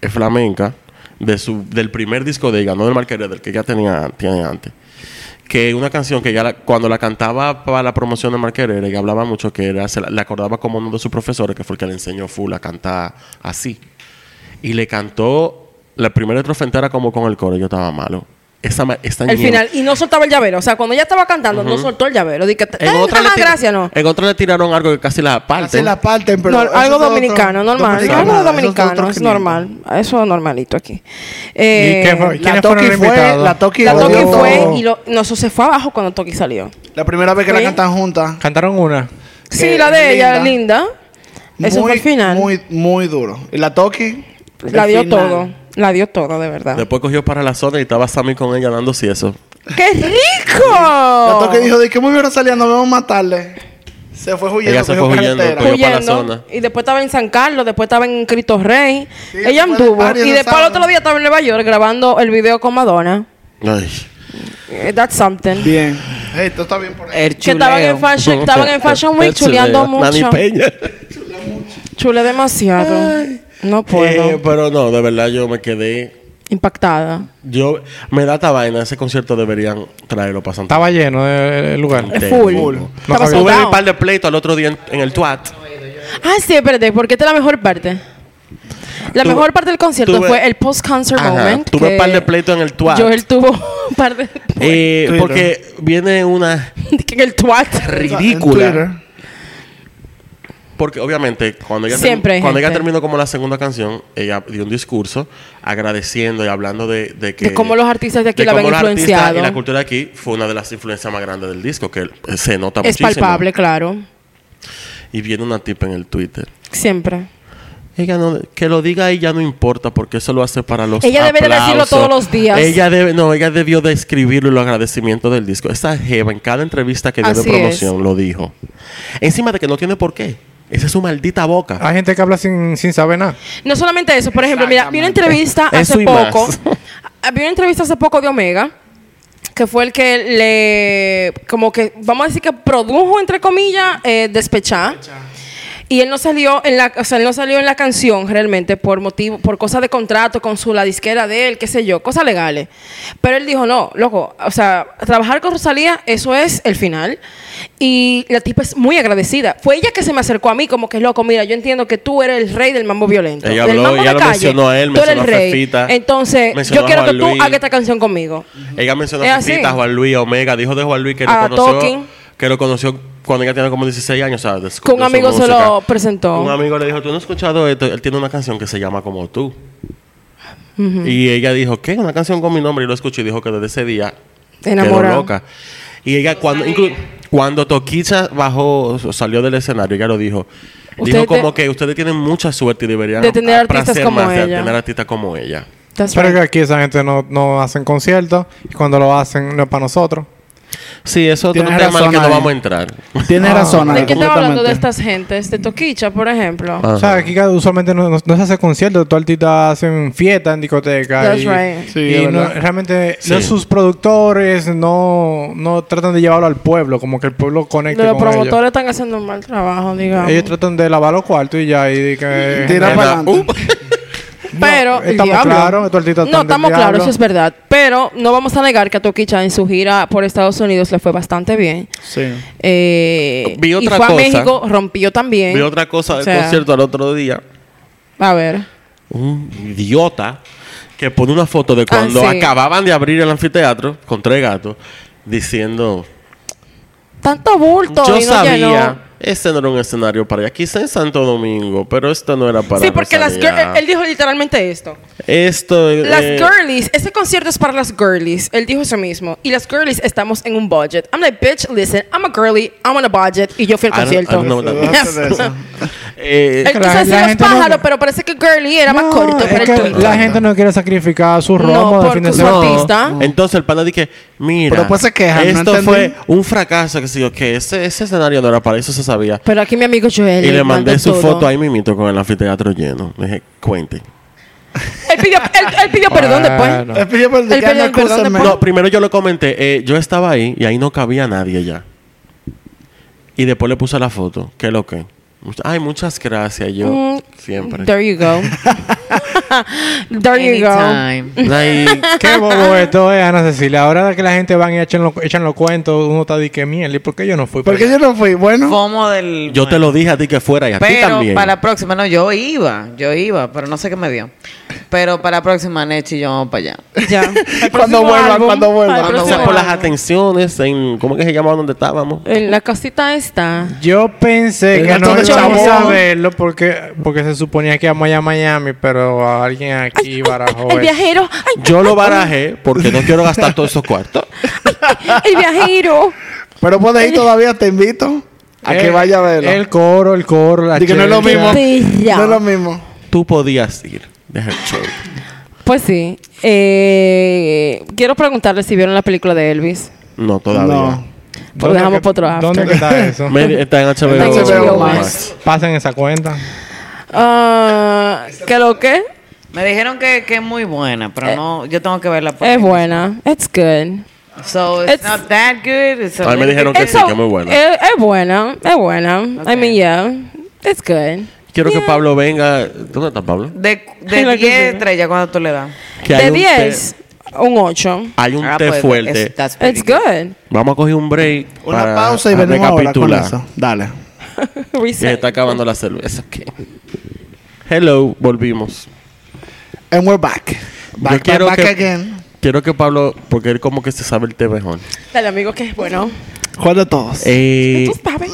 S3: es flamenca de su, del primer disco de ella, no del Marquerera, del que ella tenía, tiene antes. Que es una canción que ella la- cuando la cantaba para la promoción de Marquerera, ella hablaba mucho que era, se la, le acordaba como uno de sus profesores, que fue el que le enseñó full a cantar así. Y le cantó la primera estrofa entera como con el coro, yo estaba malo. Esa, ma- esta
S1: El
S3: ñe-
S1: final, y no soltaba el llavero. O sea, cuando ella estaba cantando, no soltó el llavero. Dije,
S3: En
S1: "Ay,
S3: otra, le
S1: jamás,
S3: tira-
S1: gracias, no.
S3: en otra le tiraron algo que casi la parte.
S2: Hace la parte, Eh, pero
S1: No,
S2: eso
S1: algo
S2: es otro-
S1: dominicano, normal.
S2: dominicano,
S1: Algo de
S2: nada, eso es otro
S1: dominicano, es
S2: 500.
S1: normal. Eso es normalito aquí.
S4: ¿Y qué fue?
S1: Eh,
S4: ¿Quiénes
S2: La
S4: fueron
S2: Toki
S4: los
S2: fue,
S4: invitados?
S2: la Toki,
S1: la Toki
S2: volvió.
S1: fue y lo, no, eso se fue abajo cuando Toki salió.
S2: La primera vez que la
S1: Fue.
S2: cantan juntas.
S4: Cantaron una.
S1: Sí,
S2: Eh,
S1: la de ella,
S2: Linda.
S1: linda. Eso
S2: muy,
S1: fue el final.
S2: Muy, muy duro. Y la Toki.
S1: la
S2: el
S1: dio
S2: final.
S1: todo. La dio todo, de
S2: Ah.
S1: verdad.
S3: Después cogió para la zona y estaba Sammy con ella dando si eso.
S1: ¡Qué
S3: *laughs*
S2: La Toki
S1: rico!
S2: dijo: ¿De qué me hubiera salido? Nos vemos más tarde. Se fue huyendo.
S3: Ella se
S2: cogió
S3: fue huyendo, pues.
S2: carretera.
S3: cogió- para la zona.
S1: Huyendo. Y después estaba en San Carlos, después estaba en Cristo Rey.
S2: Sí,
S1: ella
S2: fue de
S1: anduvo.
S2: varios
S1: Y después al
S2: sábados.
S1: otro día estaba en Nueva York grabando el video con Madonna.
S3: Ay.
S1: Eh, That's something.
S2: Bien. Hey, todo está bien por ahí.
S5: El
S1: Que estaban en
S5: chuleo.
S1: Fashion, estaban en Fashion Week chuleando
S3: Nani
S1: mucho.
S3: Peña.
S2: *laughs*
S1: Chule demasiado. No
S3: Eh,
S1: puedo.
S3: pero no, de verdad yo me quedé.
S1: Impactada.
S3: Yo me da esta vaina. Ese concierto deberían traerlo para Santa
S4: Estaba lleno de- el lugar.
S1: Es
S3: Te
S1: full.
S3: digo.
S1: Estaba
S4: sabía.
S3: Tuve
S1: soldado.
S3: mi par de pleito al otro día en, en el Twat.
S1: Ah, sí, espérate, porque esta es la mejor parte. La
S3: Tuve-
S1: mejor parte del concierto
S3: tuve-
S1: fue el post-concert
S3: Ajá,
S1: moment.
S3: tuve
S1: que
S3: par de pleito en el twat.
S1: Joel tuvo un par de. *laughs*
S3: Eh,
S2: Twitter.
S3: porque viene una
S1: que en el twat.
S2: En Twitter.
S3: ridícula. Porque obviamente cuando ella, term-
S1: Siempre hay
S3: cuando ella
S1: gente.
S3: terminó como la segunda canción, ella dio un discurso agradeciendo y hablando de, de que...
S1: De cómo los artistas de aquí
S3: de
S1: la
S3: cómo
S1: habían
S3: los artistas
S1: influenciado.
S3: Y la cultura de aquí fue una de las influencias más grandes del disco, que eh, se nota
S1: Es
S3: muchísimo.
S1: palpable, claro.
S3: Y viene una tipa en el Twitter.
S1: Siempre.
S3: Ella no- que lo diga ella no importa porque eso lo hace para los
S1: Ella debería decirlo
S3: aplausos.
S1: todos los días.
S3: Ella debe, no, ella debió de escribirlo y los agradecimientos del disco. Esa jeva en cada entrevista que dio
S1: Así
S3: de
S1: es.
S3: promoción lo dijo. Encima de que no tiene por qué. Esa es su maldita boca.
S4: Hay gente que habla sin, sin saber nada.
S1: No solamente eso, por ejemplo, mira, vi una entrevista
S3: *laughs* Eso
S1: hace
S3: y
S1: poco.
S3: más.
S1: Ah, *laughs* vi una entrevista hace poco de Omega, que fue el que le, como que, vamos a decir que produjo, entre comillas, eh, Despechá. Y él no salió en la, o sea, él no salió en la canción realmente por motivo, por cosas de contrato con su la disquera de él, qué sé yo, cosas legales. Pero él dijo, no, loco, o sea, trabajar con Rosalía, eso es el final. Y la tipa es muy agradecida. Fue ella que se me acercó a mí, como que loco, mira, yo entiendo que tú eres el rey del mambo violento.
S3: Ella
S1: del
S3: habló,
S1: mambo
S3: ella
S1: de
S3: lo
S1: calle,
S3: mencionó a él,
S1: tú eres el
S3: mencionó a
S1: rey.
S3: Fefita,
S1: Entonces,
S3: mencionó
S1: yo
S3: a
S1: quiero que
S3: Juan
S1: tú
S3: Luis.
S1: hagas esta canción conmigo.
S3: Ella mencionó
S1: Es
S3: a
S1: así.
S3: Pepita, Juan Luis, a Omega, dijo de Juan Luis que
S1: A
S3: lo conoció,
S1: Toki.
S3: que lo conoció cuando ella tenía como 16 años, o sea, de su-
S1: Que un
S3: de su
S1: amigo se
S3: música.
S1: lo presentó.
S3: Un amigo le dijo, "Tú no has escuchado esto, él tiene una canción que se llama como tú." Y ella dijo, "¿Qué? Una canción con mi nombre." Y lo escuchó y dijo que desde ese día
S1: Enamorada.
S3: quedó loca. Y ella cuando inclu- cuando Toquicha bajó o salió del escenario, ella lo dijo.
S1: Ustedes
S3: dijo como
S1: te-
S3: que ustedes tienen mucha suerte y deberían
S1: de tener
S3: aplastar
S1: artistas como
S3: de
S1: ella.
S3: tener artistas como ella.
S1: That's
S4: Pero
S1: right.
S4: que aquí esa gente no, no hacen conciertos. Y cuando lo hacen, no es para nosotros.
S3: Sí, es otro
S2: Tienes
S3: tema al
S2: razón
S3: que no
S2: ahí.
S3: vamos a entrar.
S2: Tienes
S4: Ah.
S2: razón,
S1: ¿De
S2: Ana,
S1: qué estaba hablando de
S2: completamente.
S1: estas gentes? De Toquicha, por ejemplo.
S3: Ah.
S4: O sea, aquí cada- usualmente no, no- no se hace concierto, tu artista hacen fiesta en discoteca.
S1: That's
S4: y,
S1: right.
S2: Sí,
S4: y
S2: es
S4: no-
S2: verdad.
S4: realmente
S3: Sí.
S4: no- sus productores no, no tratan de llevarlo al pueblo, como que el pueblo conecte
S1: Los
S4: con
S1: promotores
S4: ellos.
S1: están haciendo un mal trabajo, digamos.
S4: Ellos tratan de lavar los cuartos y ya, y de que...
S2: Tira
S4: No,
S2: para
S3: Nena,
S2: adelante.
S1: Pero, el
S4: estamos
S1: diablo.
S4: claros, estos artistas
S1: No,
S4: están del
S1: estamos claros,
S4: diablo.
S1: eso es verdad. Pero no vamos a negar que a Toquicha en su gira por Estados Unidos le fue bastante bien.
S2: Sí.
S1: Eh,
S3: Vi
S1: y
S3: otra
S1: fue a
S3: cosa.
S1: México, rompió también.
S3: Vi otra cosa
S1: O
S3: del
S1: sea,
S3: concierto al otro día.
S1: A ver.
S3: Un idiota que pone una foto de cuando
S1: Ah, sí.
S3: acababan de abrir el anfiteatro con tres gatos diciendo
S1: Tanto bulto.
S3: Yo
S1: y no
S3: sabía,
S1: llenó.
S3: este no era un escenario para ella. Quizá en Santo Domingo, pero esto no era para
S1: Sí, porque las
S3: Rosalía.
S1: girl- él dijo literalmente esto.
S3: Esto...
S1: Las
S3: eh,
S1: girlies, ese concierto es para las girlies. Él dijo eso mismo. Y las girlies estamos en un budget. I'm like, bitch, listen, I'm a girly, I'm on a budget. Y yo fui al
S3: I don't- I
S1: concierto.
S3: don't know that.
S1: Yes.
S3: eh,
S1: Él quiso
S4: La-
S1: decir
S4: la
S1: los
S4: gente no-
S1: pájaros, pero parece que girly era más
S4: No,
S1: corto
S4: es
S1: para el
S4: que
S1: tuyo.
S4: La gente no quiere sacrificar su romo de
S1: por
S4: fin de
S1: su
S4: semana.
S1: artista.
S3: Entonces el pana dije, mira,
S2: Pero después se quejan, ¿no
S3: esto
S2: entendí?
S3: fue un fracaso, que sí, que ese, ese escenario no era para eso, se sabía.
S1: Pero aquí mi amigo Joel.
S3: y le mandé
S1: mandó
S3: su
S1: todo.
S3: foto ahí mimito con el anfiteatro lleno. Le dije, cuente.
S1: Él pidió, él, él pidió perdón después.
S4: Bueno.
S2: El pillo por el
S1: El
S2: que
S1: pillo,
S2: no
S1: el perdón,
S2: acusan,
S1: después-
S2: man.
S3: No, primero yo lo comenté, eh, yo estaba ahí y ahí no cabía nadie ya. Y después le puse la foto, ¿qué es lo que? Mucha- Ay, muchas gracias, yo
S1: Mm,
S3: siempre.
S1: There you go. There you go.
S5: Anytime.
S3: Ay,
S4: Qué bobo esto es, Ana Cecilia. Ahora que la gente van y echan los echan los cuentos, uno está de que mierda, ¿y por qué yo no fui?
S2: ¿Por qué yo no fui? Bueno,
S5: Fomo del.
S3: yo te lo dije a ti que fuera y a ti
S5: Pero
S3: también.
S5: para
S3: *laughs*
S5: la próxima, no, yo iba, yo iba, pero no sé qué me dio. Pero para la próxima, Nechi, yo vamos para allá.
S1: Ya.
S2: cuando
S1: próximo
S2: vuelvan,
S1: álbum.
S2: cuando
S1: Para el
S2: vuelvan.
S3: Cuando
S1: próximo
S3: sea por las
S1: álbum.
S3: atenciones en ¿cómo que se llamaba donde estábamos?
S1: En la casita está.
S4: Yo pensé
S2: El
S4: que
S2: gato
S4: no
S2: de
S4: íbamos a
S2: chabón.
S4: verlo porque, porque se suponía que íbamos allá a Miami, pero alguien aquí barajó.
S1: El
S4: eso.
S1: viajero. Ay,
S3: Yo lo barajé porque no quiero gastar todos esos cuartos.
S1: el viajero.
S2: Pero puedes ir todavía, te invito a que
S4: El-
S2: vaya a verlo.
S4: El coro, el coro, la
S2: Di que no es lo
S4: chelcha.
S2: mismo.
S1: Bella.
S2: No es lo mismo.
S3: Tú podías ir. Deja el show.
S1: Pues sí. Eh, quiero preguntarle si vieron la película de Elvis.
S3: No, todavía.
S1: Pues dejamos
S4: que-
S1: para otro after.
S4: ¿Dónde
S1: *laughs*
S4: que está eso?
S3: Me- está en HBO,
S1: Está en
S2: HBO
S3: Max.
S1: Max.
S4: Pasen esa cuenta.
S1: Ah, ¿Qué lo que?
S5: Me dijeron que, que es muy buena,
S3: Eh.
S5: pero no, yo tengo que verla. por
S1: Es
S5: ahí.
S1: buena. It's good.
S5: So it's,
S1: It's-
S5: not that good. It's a
S3: A mí me
S5: little
S3: dijeron que
S5: bit-
S3: sí,
S1: It's
S3: que es muy buena.
S1: Es, es buena. Es buena. I
S5: Ok.
S1: mean, yeah. It's good.
S3: Quiero que Pablo venga. ¿Dónde está Pablo?
S5: De,
S1: Ay, *laughs* la
S5: de
S1: que
S5: 10
S1: sí.
S5: estrellas, ¿cuánto tú le das?
S3: Que hay
S1: de
S3: un té-
S1: 10, un 8.
S3: Hay un
S5: Ah,
S3: té
S5: pues, es-
S3: fuerte.
S5: that's pretty
S1: It's good. *laughs*
S3: Vamos a coger un break.
S2: Una
S3: para
S2: pausa y venimos ahora con
S3: recapitular.
S2: eso. Dale.
S3: Y se está acabando la cerveza. ok. Hello, volvimos.
S2: And we're back.
S3: Yo
S2: Back,
S3: quiero
S2: back,
S3: que-
S2: back again.
S3: Quiero que Pablo, porque él como que se sabe el té mejor.
S1: Dale, amigo, que es bueno.
S2: ¿Cuál de todos?
S3: Eh,
S1: Tú sabes.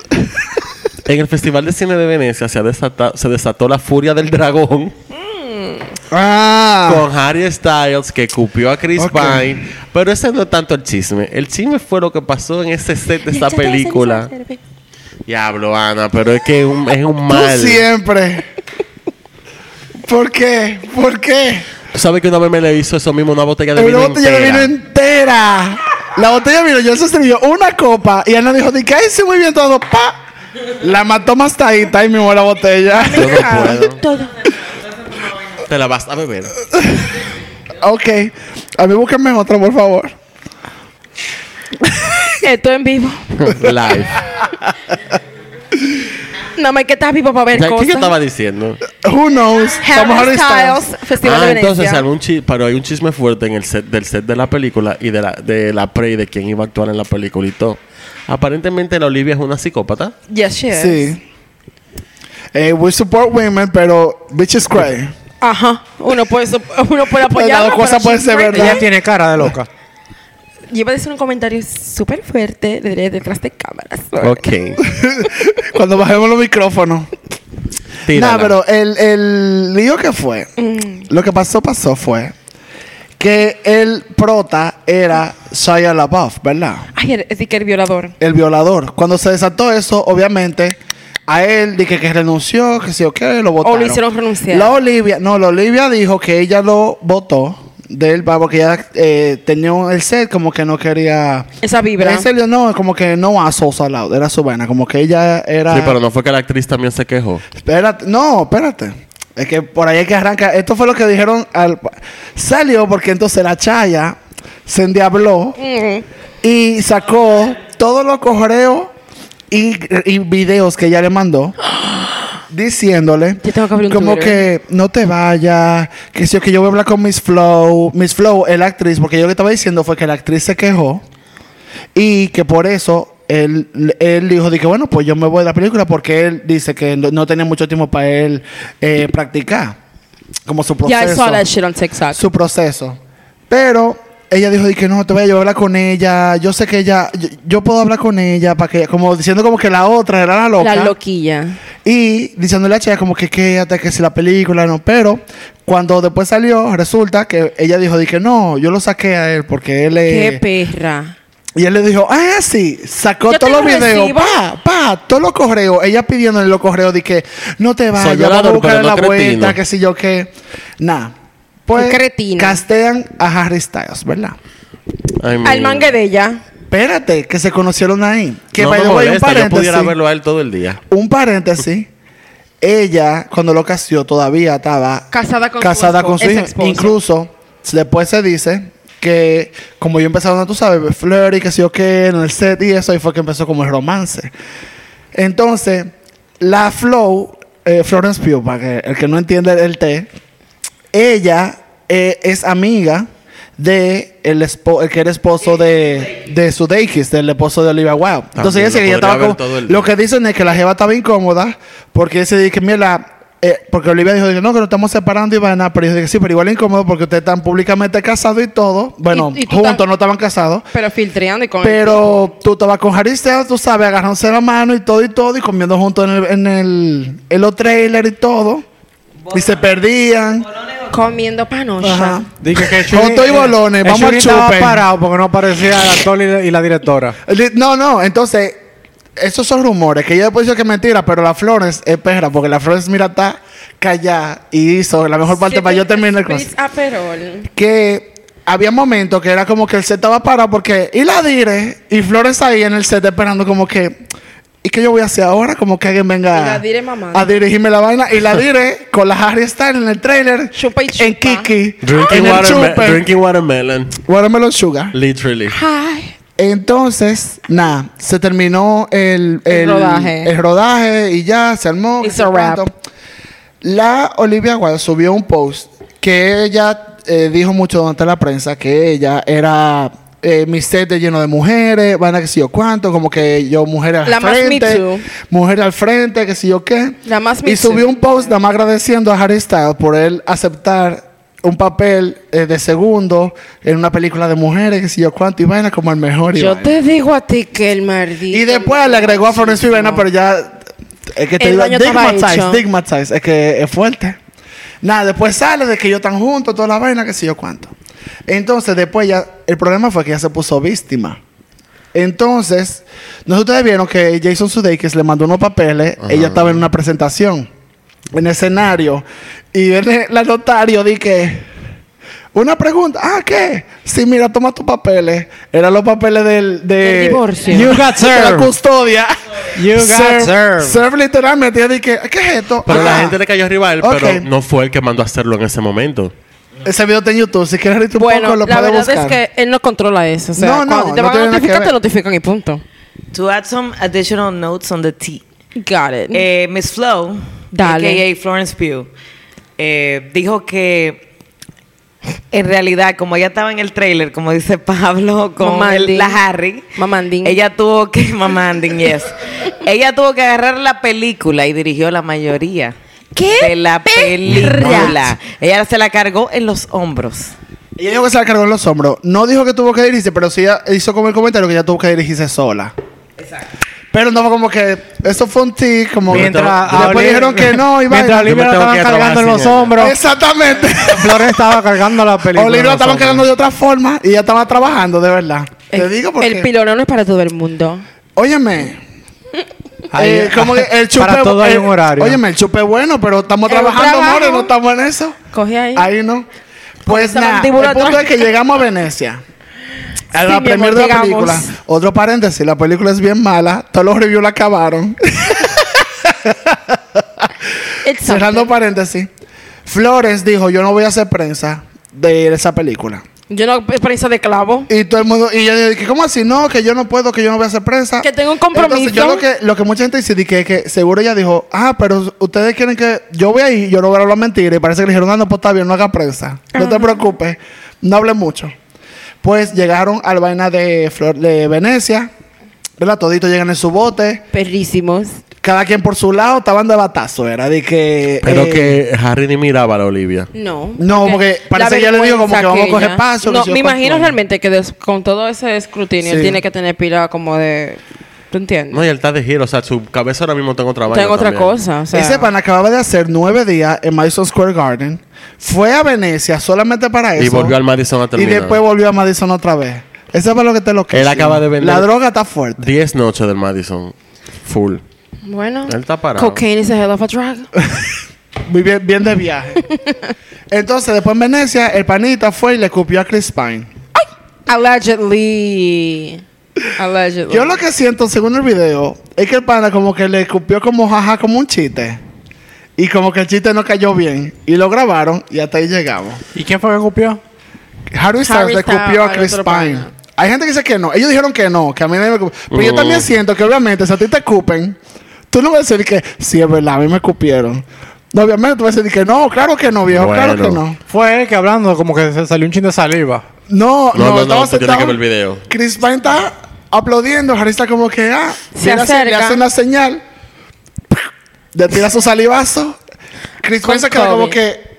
S3: en el Festival de Cine de Venecia se, ha desata- se desató la furia del dragón.
S2: Ah.
S3: con Harry Styles que cupió a Chris
S2: Ok.
S3: Pine. Pero ese no es tanto el chisme. El chisme fue lo que pasó en ese set de esta
S1: Ya te voy a
S3: película.
S1: servir, servir.
S3: Diablo, Ana, pero es que un- es un
S2: Tú
S3: mal. *laughs*
S2: siempre. ¿Por qué? ¿Por qué?
S3: Tú sabes que una vez me le hizo eso mismo, una botella de
S2: Una
S3: vino
S2: botella de vino
S3: entera.
S2: entera. La botella de vino, yo se sirvió una copa y Ana dijo, di que ahí sí muy bien todo, pa. La mató más tadita y mismo la botella. *laughs*
S3: Yo no puedo.
S1: *laughs* Todo.
S3: Te la vas a beber.
S2: ok. A mí búsquenme otra, por favor.
S1: Esto en vivo.
S3: Live.
S1: No me que estás vivo para ver
S3: Ya, ¿Qué
S1: cosas.
S3: yo estaba diciendo?
S2: Who knows? Estamos
S1: Harry
S2: Harry
S1: Styles,
S2: Styles.
S1: Festival
S3: ah,
S1: de Venecia.
S3: entonces, se armó un chi- pero hay un chisme fuerte en el set del set de la película y de la, de la pre y de quién iba a actuar en la película y todo. Aparentemente, la Olivia es una psicópata.
S1: Yes, she is.
S2: Sí. Eh, we support women, pero bitches cry. *laughs*
S1: Ajá. Uno puede, so- uno puede apoyar.
S2: Las dos cosas pueden ser verdad.
S4: Ella tiene cara de loca.
S1: Yo iba a decir un comentario súper fuerte de- detrás de cámaras.
S3: Ok.
S2: Cuando bajemos los micrófonos.
S3: Tírala.
S2: No, pero el, el lío que fue, lo que pasó, pasó fue que el prota era Shia LaBeouf, ¿verdad?
S1: Ay, el- es de que el violador.
S2: El violador. Cuando se desató eso, obviamente, a él dije que renunció, que sí o qué, lo votaron.
S1: hicieron renunciar.
S2: La Olivia, no, la Olivia dijo que ella lo votó, del babo que ya eh, tenía un- el set como que no quería.
S1: Esa vibra.
S2: En serio, no, como que no a Sosa Loud, era su vaina, como que ella era.
S3: Sí, pero no fue que la actriz también se quejó.
S2: Espérate, no, espérate. Es que por ahí es que arranca. Esto fue lo que dijeron al. Salió porque entonces la Chaya se endiabló y sacó todos los correos y, y videos que ella le mandó. Diciéndole
S1: Yo tengo que abrir un
S2: como
S1: Twitter.
S2: que no te vayas, que si que yo voy a hablar con Miss Flow, Miss Flow, es la actriz, porque yo lo que estaba diciendo fue que la actriz se quejó y que por eso él, él dijo, dije, bueno, pues yo me voy de la película porque él dice que no, no tenía mucho tiempo para él eh, practicar, como su proceso.
S1: Yeah, I saw that shit on TikTok.
S2: Su proceso. Pero ella dijo, dije, no, te voy a llevar a hablar con ella, yo sé que ella, yo, yo puedo hablar con ella, para que, como diciendo como que la otra era la loca.
S1: La loquilla.
S2: Y diciéndole a Chea como que quédate, que si la película no. Pero cuando después salió, resulta que ella dijo, dije, no, yo lo saqué a él porque él
S1: Qué
S2: es...
S1: perra.
S2: Y él le dijo, ah, sí, sacó
S1: Yo
S2: todos los
S1: tengo el
S2: videos,
S1: recibo.
S2: pa, pa, todos los correos. Ella pidiéndole los correos, dije, no te vayas, vamos a
S3: violador,
S2: buscar
S3: pero
S2: la
S3: no
S2: vuelta,
S3: cretino.
S2: que si yo qué. Nada. Pues
S1: Qué cretino.
S2: castean a Harry Styles, ¿verdad?
S3: Ay,
S2: mm.
S3: mi-
S1: Al mangue de ella.
S2: Espérate, que se conocieron ahí. Que
S3: no
S2: by
S3: me
S2: the way, un
S3: molesta, yo pudiera
S2: paréntesis.
S3: verlo a él todo el día.
S2: Un paréntesis. Ella, cuando lo casió, todavía estaba
S1: Casada con su
S2: casada
S1: espo-
S2: con su
S1: ex
S2: hijo.
S1: esposo.
S2: Incluso, después se dice que, como yo empezaron, tú sabes, flirty, que sí o qué, en el set y eso, y fue que empezó como el romance. Entonces, la Flow, eh, Florence Pugh, para que el que no entiende el té, ella eh, es amiga de el, espo- el que era esposo de, de Sudeikis, del esposo de Olivia Wilde. Entonces ella,
S3: También
S2: dice que
S3: lo
S2: ella
S3: podría
S2: estaba
S3: ver
S2: como-
S3: todo el-
S2: lo que dicen es que la jeva estaba incómoda porque ella se dice que mira, eh, porque Olivia dijo dice, no, que nos estamos separando y vaina, pero yo dije sí, pero igual es incómodo porque ustedes están públicamente casados y todo. Bueno,
S1: Y- y tú
S2: juntos
S1: tan-
S2: no estaban casados.
S1: Pero filtreando y con
S2: Pero tú estabas con Harry Styles, tú sabes, agarrándose la mano y todo y todo, y comiendo juntos en el, en el, en los trailers y todo. Y se perdían.
S1: comiendo panocha.
S2: Ajá.
S4: Dije que
S2: Con todo y bolones,
S4: el
S2: vamos al
S4: Churin estaba
S2: chupe.
S4: parado porque no aparecía el actor y la, y la directora.
S2: Li- No, no, entonces, esos son rumores que yo después digo que es mentira, pero la Flores es perra, porque la Flores, mira, está callada y hizo la mejor parte para yo terminar el
S1: Spritz
S2: cosas.
S1: Aperol.
S2: Que había momentos que era como que el set estaba parado, porque y la dire, y Flores ahí en el set esperando, como que. ¿Y qué yo voy a hacer ahora? Como que alguien venga
S1: Y la dire mamando.
S2: a dirigirme la vaina. Y
S1: *laughs*
S2: la dire con la Harry Styles en el trailer.
S1: Chupa y
S2: En
S1: chupa.
S2: Kiki.
S3: Drinking,
S2: en el
S3: waterme-
S2: chupe.
S3: drinking watermelon.
S2: Watermelon Sugar.
S3: Literally.
S1: Ay.
S2: Entonces, nada, se terminó el,
S1: El rodaje.
S2: el rodaje y ya se armó.
S1: It's
S2: que
S1: a
S2: sé
S1: wrap.
S2: cuánto. La Olivia Wilde subió un post que ella eh, dijo mucho durante la prensa que ella era eh, mi set de lleno de mujeres, van a que si yo cuánto, como que yo mujer al
S1: La más Me
S2: frente,
S1: Too.
S2: mujer al frente, que si yo qué.
S1: La más Me
S2: y subió
S1: Too.
S2: un post nada más agradeciendo a Harry Styles por él aceptar un papel eh, de segundo en una película de mujeres, que si yo cuánto, y vaina como el mejor. y
S1: Yo
S2: vaina.
S1: te digo a ti que el maldito.
S2: Y después le agregó a Florence Pivena, pero ya. Es que te
S1: El
S2: digo,
S1: daño estaba
S2: digmatize,
S1: hecho.
S2: digmatize, es que es fuerte. Nada, después sale de que ellos están juntos, toda la vaina, que sé yo cuánto. Entonces, después ya, el problema fue que ya se puso víctima. Entonces, no sé si ustedes vieron que Jason Sudeikis le mandó unos papeles, ella estaba en una presentación, en escenario, y viene la notario, di que. Una pregunta, ah, ¿qué? Sí, mira, toma tus papeles. Eran los papeles del, de,
S1: Del divorcio.
S4: You got
S2: de la
S4: served.
S2: custodia.
S4: You got
S2: Serve-
S4: served.
S2: serve literalmente. Yo dije, ¿qué es esto?
S3: Pero la
S2: Ah.
S3: gente le cayó arriba a él,
S2: Ok.
S3: pero no fue el que mandó a hacerlo en ese momento.
S2: Ese video está en YouTube. Si quieres reírte un
S1: Bueno,
S2: poco, lo
S1: la
S2: puedes
S1: verdad
S2: buscar.
S1: es que él no controla eso. O sea,
S2: No, no,
S1: cuando te
S2: no
S1: van
S2: tiene
S1: a
S2: nada que
S1: notificar,
S2: ver.
S1: te notifican y punto.
S5: To add some additional notes on the tea.
S1: Got it.
S5: Eh, Miss Flow,
S1: Dale.
S5: a.k.a. Florence Pugh, eh, dijo que en realidad, como ella estaba en el trailer, como dice *laughs* Pablo, con
S1: Mamandín.
S5: el- la Harry,
S1: Mamandín.
S5: ella tuvo que, *laughs* mamandín, yes, ella tuvo que agarrar la película y dirigió la mayoría
S1: ¡Qué
S5: de la
S1: perra!
S5: película. Ella se la cargó en los hombros.
S2: Ella dijo que se la cargó en los hombros. No dijo que tuvo que dirigirse, pero sí ella hizo como el comentario que ella tuvo que dirigirse sola. Pero no fue como que eso fue un tic, como que-
S4: Mientras
S2: y después
S4: Olivia-
S2: dijeron que no, y
S4: Mientras
S2: vaina.
S4: Olivia
S3: Yo
S4: la
S3: me tengo
S4: estaban
S3: que
S4: cargando
S3: trabajar
S4: en los
S3: sin ella.
S4: hombres. *laughs*
S2: Exactamente.
S4: Flores estaba cargando la película.
S2: Olivia la estaban
S4: nosotros.
S2: cargando de otra forma y ella estaba trabajando, de verdad. Te
S1: El-
S2: digo porque.
S1: Eh, El pilonón no es para todo el mundo.
S2: Óyeme.
S4: Ahí-
S3: *laughs*
S2: eh, como que el chupe
S4: *laughs*
S2: eh,
S4: Para todo hay
S2: el-
S4: un horario.
S2: Óyeme, el chupe es bueno, pero estamos
S1: Es un
S2: trabajando,
S1: trabajo.
S2: amores, no estamos en eso.
S1: Coge ahí.
S2: Ahí no. Pues
S1: esa
S2: nada, el
S1: mandíbula
S2: punto
S1: atrás.
S2: es que llegamos a Venecia. A
S1: Sí,
S2: Ah, la
S1: mi amor,
S2: premier de la
S1: llegamos.
S2: película. Otro paréntesis, la película es bien mala. Todos los reviews la acabaron. *laughs*
S1: Exacto.
S2: Cerrando paréntesis. Flores dijo, yo no voy a hacer prensa de esa película.
S1: Yo no prensa de clavo.
S2: Y todo el mundo, y yo dije, ¿cómo así? No, que yo no puedo, que yo no voy a hacer prensa.
S1: Que tengo un compromiso.
S2: Entonces, yo lo que, lo que mucha gente dice, di que, que seguro ella dijo, ah, pero ustedes quieren que yo voy ahí, yo no voy a hablar mentira. Y parece que le dijeron, "Ah, no, pues está bien, no haga prensa. No te preocupes, no hable mucho. Pues llegaron al vaina de Flor de Venecia, ¿verdad? Toditos llegan en su bote,
S1: Perrísimos.
S2: cada quien por su lado, estaban de batazo, era de que.
S3: Pero
S2: eh,
S3: que Harry ni miraba a la Olivia.
S1: No.
S2: No, porque parece
S1: la
S2: que ella le dijo como
S1: vergüenza
S2: que vamos a coger
S1: ella-
S2: paso, que
S1: No,
S2: si yo
S1: me imagino
S2: controlo.
S1: realmente que des- con todo ese escrutinio
S2: Sí.
S1: él tiene que tener pila como de. ¿Tú entiendes?
S3: No, y él está de giro. O sea, su cabeza ahora mismo tengo otra vaina
S1: Tengo otra
S3: también.
S1: cosa. O sea,
S2: Ese pan acababa de hacer nueve días en Madison Square Garden. Fue a Venecia solamente para eso.
S3: Y volvió al Madison a
S2: Y
S3: terminar.
S2: después volvió a Madison otra vez. Ese es lo que te lo que
S3: Él acaba de vender-
S2: La droga está fuerte.
S3: 10 noches del Madison. Full.
S1: bueno.
S3: Él está parado.
S1: Cocaine is a hell of a drug.
S2: Muy bien, bien
S1: *laughs*
S2: de viaje. Entonces, después en Venecia, el panita fue y le escupió a Chris Pine.
S1: Allegedly. Allegedly.
S2: Yo lo que siento, según el video, es que el pana como que le escupió como jaja, como un chiste. Y como que el chiste no cayó bien. Y lo grabaron y hasta ahí llegamos.
S4: ¿Y quién fue que copió?
S2: Harry Styles
S1: Harry
S2: le
S1: Styles,
S2: copió a
S1: hay
S2: Chris
S1: otro
S2: Pine.
S1: pana.
S2: Hay gente que dice que no. Ellos dijeron que no, que a mí nadie me copió. Pero yo
S3: Mm.
S2: también siento que obviamente si a ti te escupen, tú no vas a decir que sí, es verdad, a mí me escupieron. No, obviamente tú vas a decir que no, claro que no, viejo, claro que
S3: Bueno.
S2: no.
S4: Fue él que hablando como que se salió un chin de saliva.
S2: No, no,
S3: No, no,
S2: estaba
S3: no, tú tienes
S2: sentado.
S3: que ver el video.
S2: Chris Pine está aplaudiendo, Harry está como que, ah,
S1: Se
S2: le hace- le
S1: acerca.
S2: hace una señal, le tira su salivazo. Chris
S1: Con
S2: Pine se queda como
S1: COVID.
S2: que,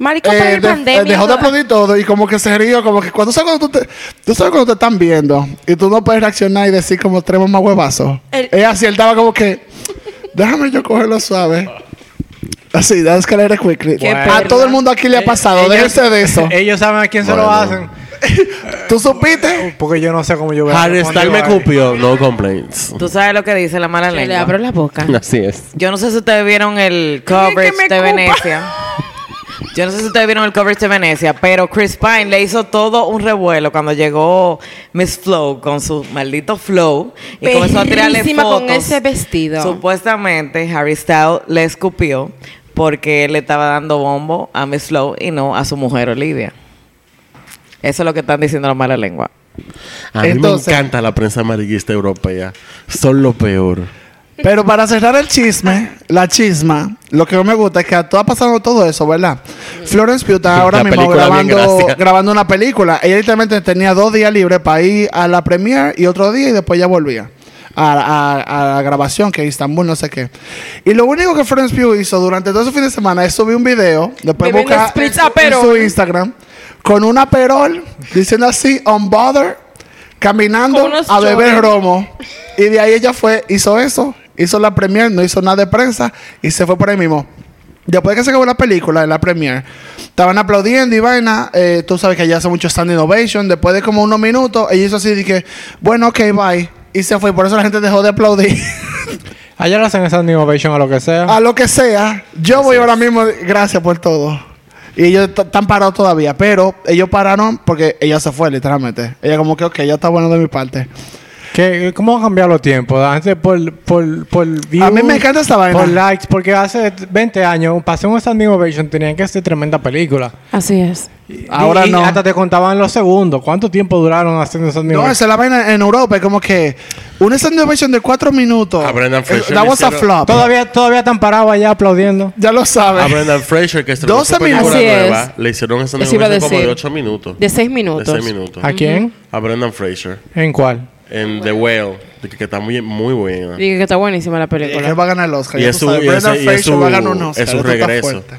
S1: Marico,
S2: Eh,
S1: para
S2: de-
S1: pandemia.
S2: eh, dejó de aplaudir todo y como que se rió, como que cuando sabes cuando tú te, tú sabes cuando te están viendo y tú no puedes reaccionar y decir como tenemos más huevazos.
S1: El-
S2: Es así, él estaba como que déjame yo cogerlo suave. Así, da escalera quickly.
S1: Qué
S2: a
S1: perra. Eh,
S2: todo el mundo aquí le ha pasado,
S4: Ellos-
S2: déjense de eso.
S4: *laughs* Ellos saben a quién se lo
S3: Bueno.
S4: hacen.
S2: ¿Tú supiste?
S4: Porque yo no sé cómo yo voy a
S3: Harry Styles me
S4: responder.
S3: cupió. No complaints. *laughs*
S5: Tú sabes lo que dice la mala
S1: Que le
S5: lengua.
S1: abro la boca.
S3: Así es.
S5: Yo no sé si ustedes vieron el coverage
S1: me
S5: de
S1: culpa.
S5: Venecia. Yo no sé si ustedes vieron el coverage de Venecia, pero Chris Pine le hizo todo un revuelo cuando llegó Miss Flow con su maldito flow y comenzó a tirarle
S1: Bellísima
S5: fotos.
S1: con ese vestido.
S5: Supuestamente Harry Styles le escupió porque él le estaba dando bombo a Miss Flow y no a su mujer Olivia. Eso es lo que están diciendo la mala lengua.
S3: A mí
S2: Entonces-
S3: me encanta la prensa amarillista europea. Son lo peor.
S2: Pero para cerrar el chisme, la chisma, lo que no me gusta es que está pasando todo eso, ¿verdad? Florence Pugh está ahora
S3: La
S2: mismo
S3: película, bien,
S2: grabando,
S3: gracias.
S2: grabando una película. Ella literalmente tenía dos días libres para ir a la premiere y otro día y después ya volvía a, a- a la grabación que es Istanbul, no sé qué. Y lo único que Florence Pugh hizo durante todo ese fin de semana es subir un video, después
S1: Bebiendo
S2: buscar en
S1: spritz
S2: su, en
S1: Aperol.
S2: su Instagram, con un aperol, diciendo así, on bother, caminando
S1: Con unos
S2: a beber
S1: chores.
S2: romo. Y de ahí ella fue, hizo eso, hizo la premier, no hizo nada de prensa y se fue por ahí mismo. Después de que se acabó la película, en la premier, estaban aplaudiendo y vaina. eh, tú sabes que ella hace mucho stand innovation. Después de como unos minutos, ella hizo así, dije, bueno, ok, bye. Y se fue, por eso la gente dejó de
S1: *laughs*
S2: aplaudir.
S4: Allá le hacen esa new ovation a lo que sea.
S2: a lo que sea, yo voy ahora mismo, gracias por todo. Y ellos t- están parados todavía, pero ellos pararon porque ella se fue, literalmente. Ella como que, ok, ya está bueno de mi parte.
S4: ¿Qué- ¿Cómo han cambiado los tiempos? La gente por, por, por views,
S2: A mí me encanta esta vaina.
S4: Por likes, porque hace 20 años, pasé un standing ovation, tenían que hacer tremenda película.
S1: Así es.
S2: Ahora
S4: Y- y
S2: no.
S4: Hasta te contaban los segundos. ¿Cuánto tiempo duraron haciendo standing
S2: No,
S4: ovation?
S2: esa es la vaina en Europa. Es como que una standing ovation de cuatro minutos. eh,
S3: A Ah, Brendan Fraser
S2: That
S3: le
S2: was a
S3: hicieron-
S2: flop. Ah,
S4: Todavía, todavía están parados allá aplaudiendo.
S2: Ya lo
S3: A
S2: sabes. *laughs*
S3: Brendan Fraser, que estrenó
S2: 12
S3: su película
S1: minutos. Así
S3: nueva,
S1: es.
S3: le hicieron esa
S1: Eso iba a
S3: negociación como de
S1: decir.
S3: 8 minutos.
S1: De seis minutos.
S3: De 6 minutos.
S4: ¿A quién?
S3: A Brendan Fraser.
S4: ¿En cuál?
S3: En The Whale. de que- Que está muy, muy buena.
S1: Dije que está buenísima la
S2: Eh,
S1: película.
S2: Él va a ganar el Oscar.
S3: Y
S2: ya
S3: es
S2: tú
S3: su-
S2: sabes.
S3: y
S2: Brendan
S3: ese- y es
S2: Fraser
S3: su-
S2: va a ganar un Oscar.
S3: es su
S2: Esto está
S3: regreso.
S2: fuerte.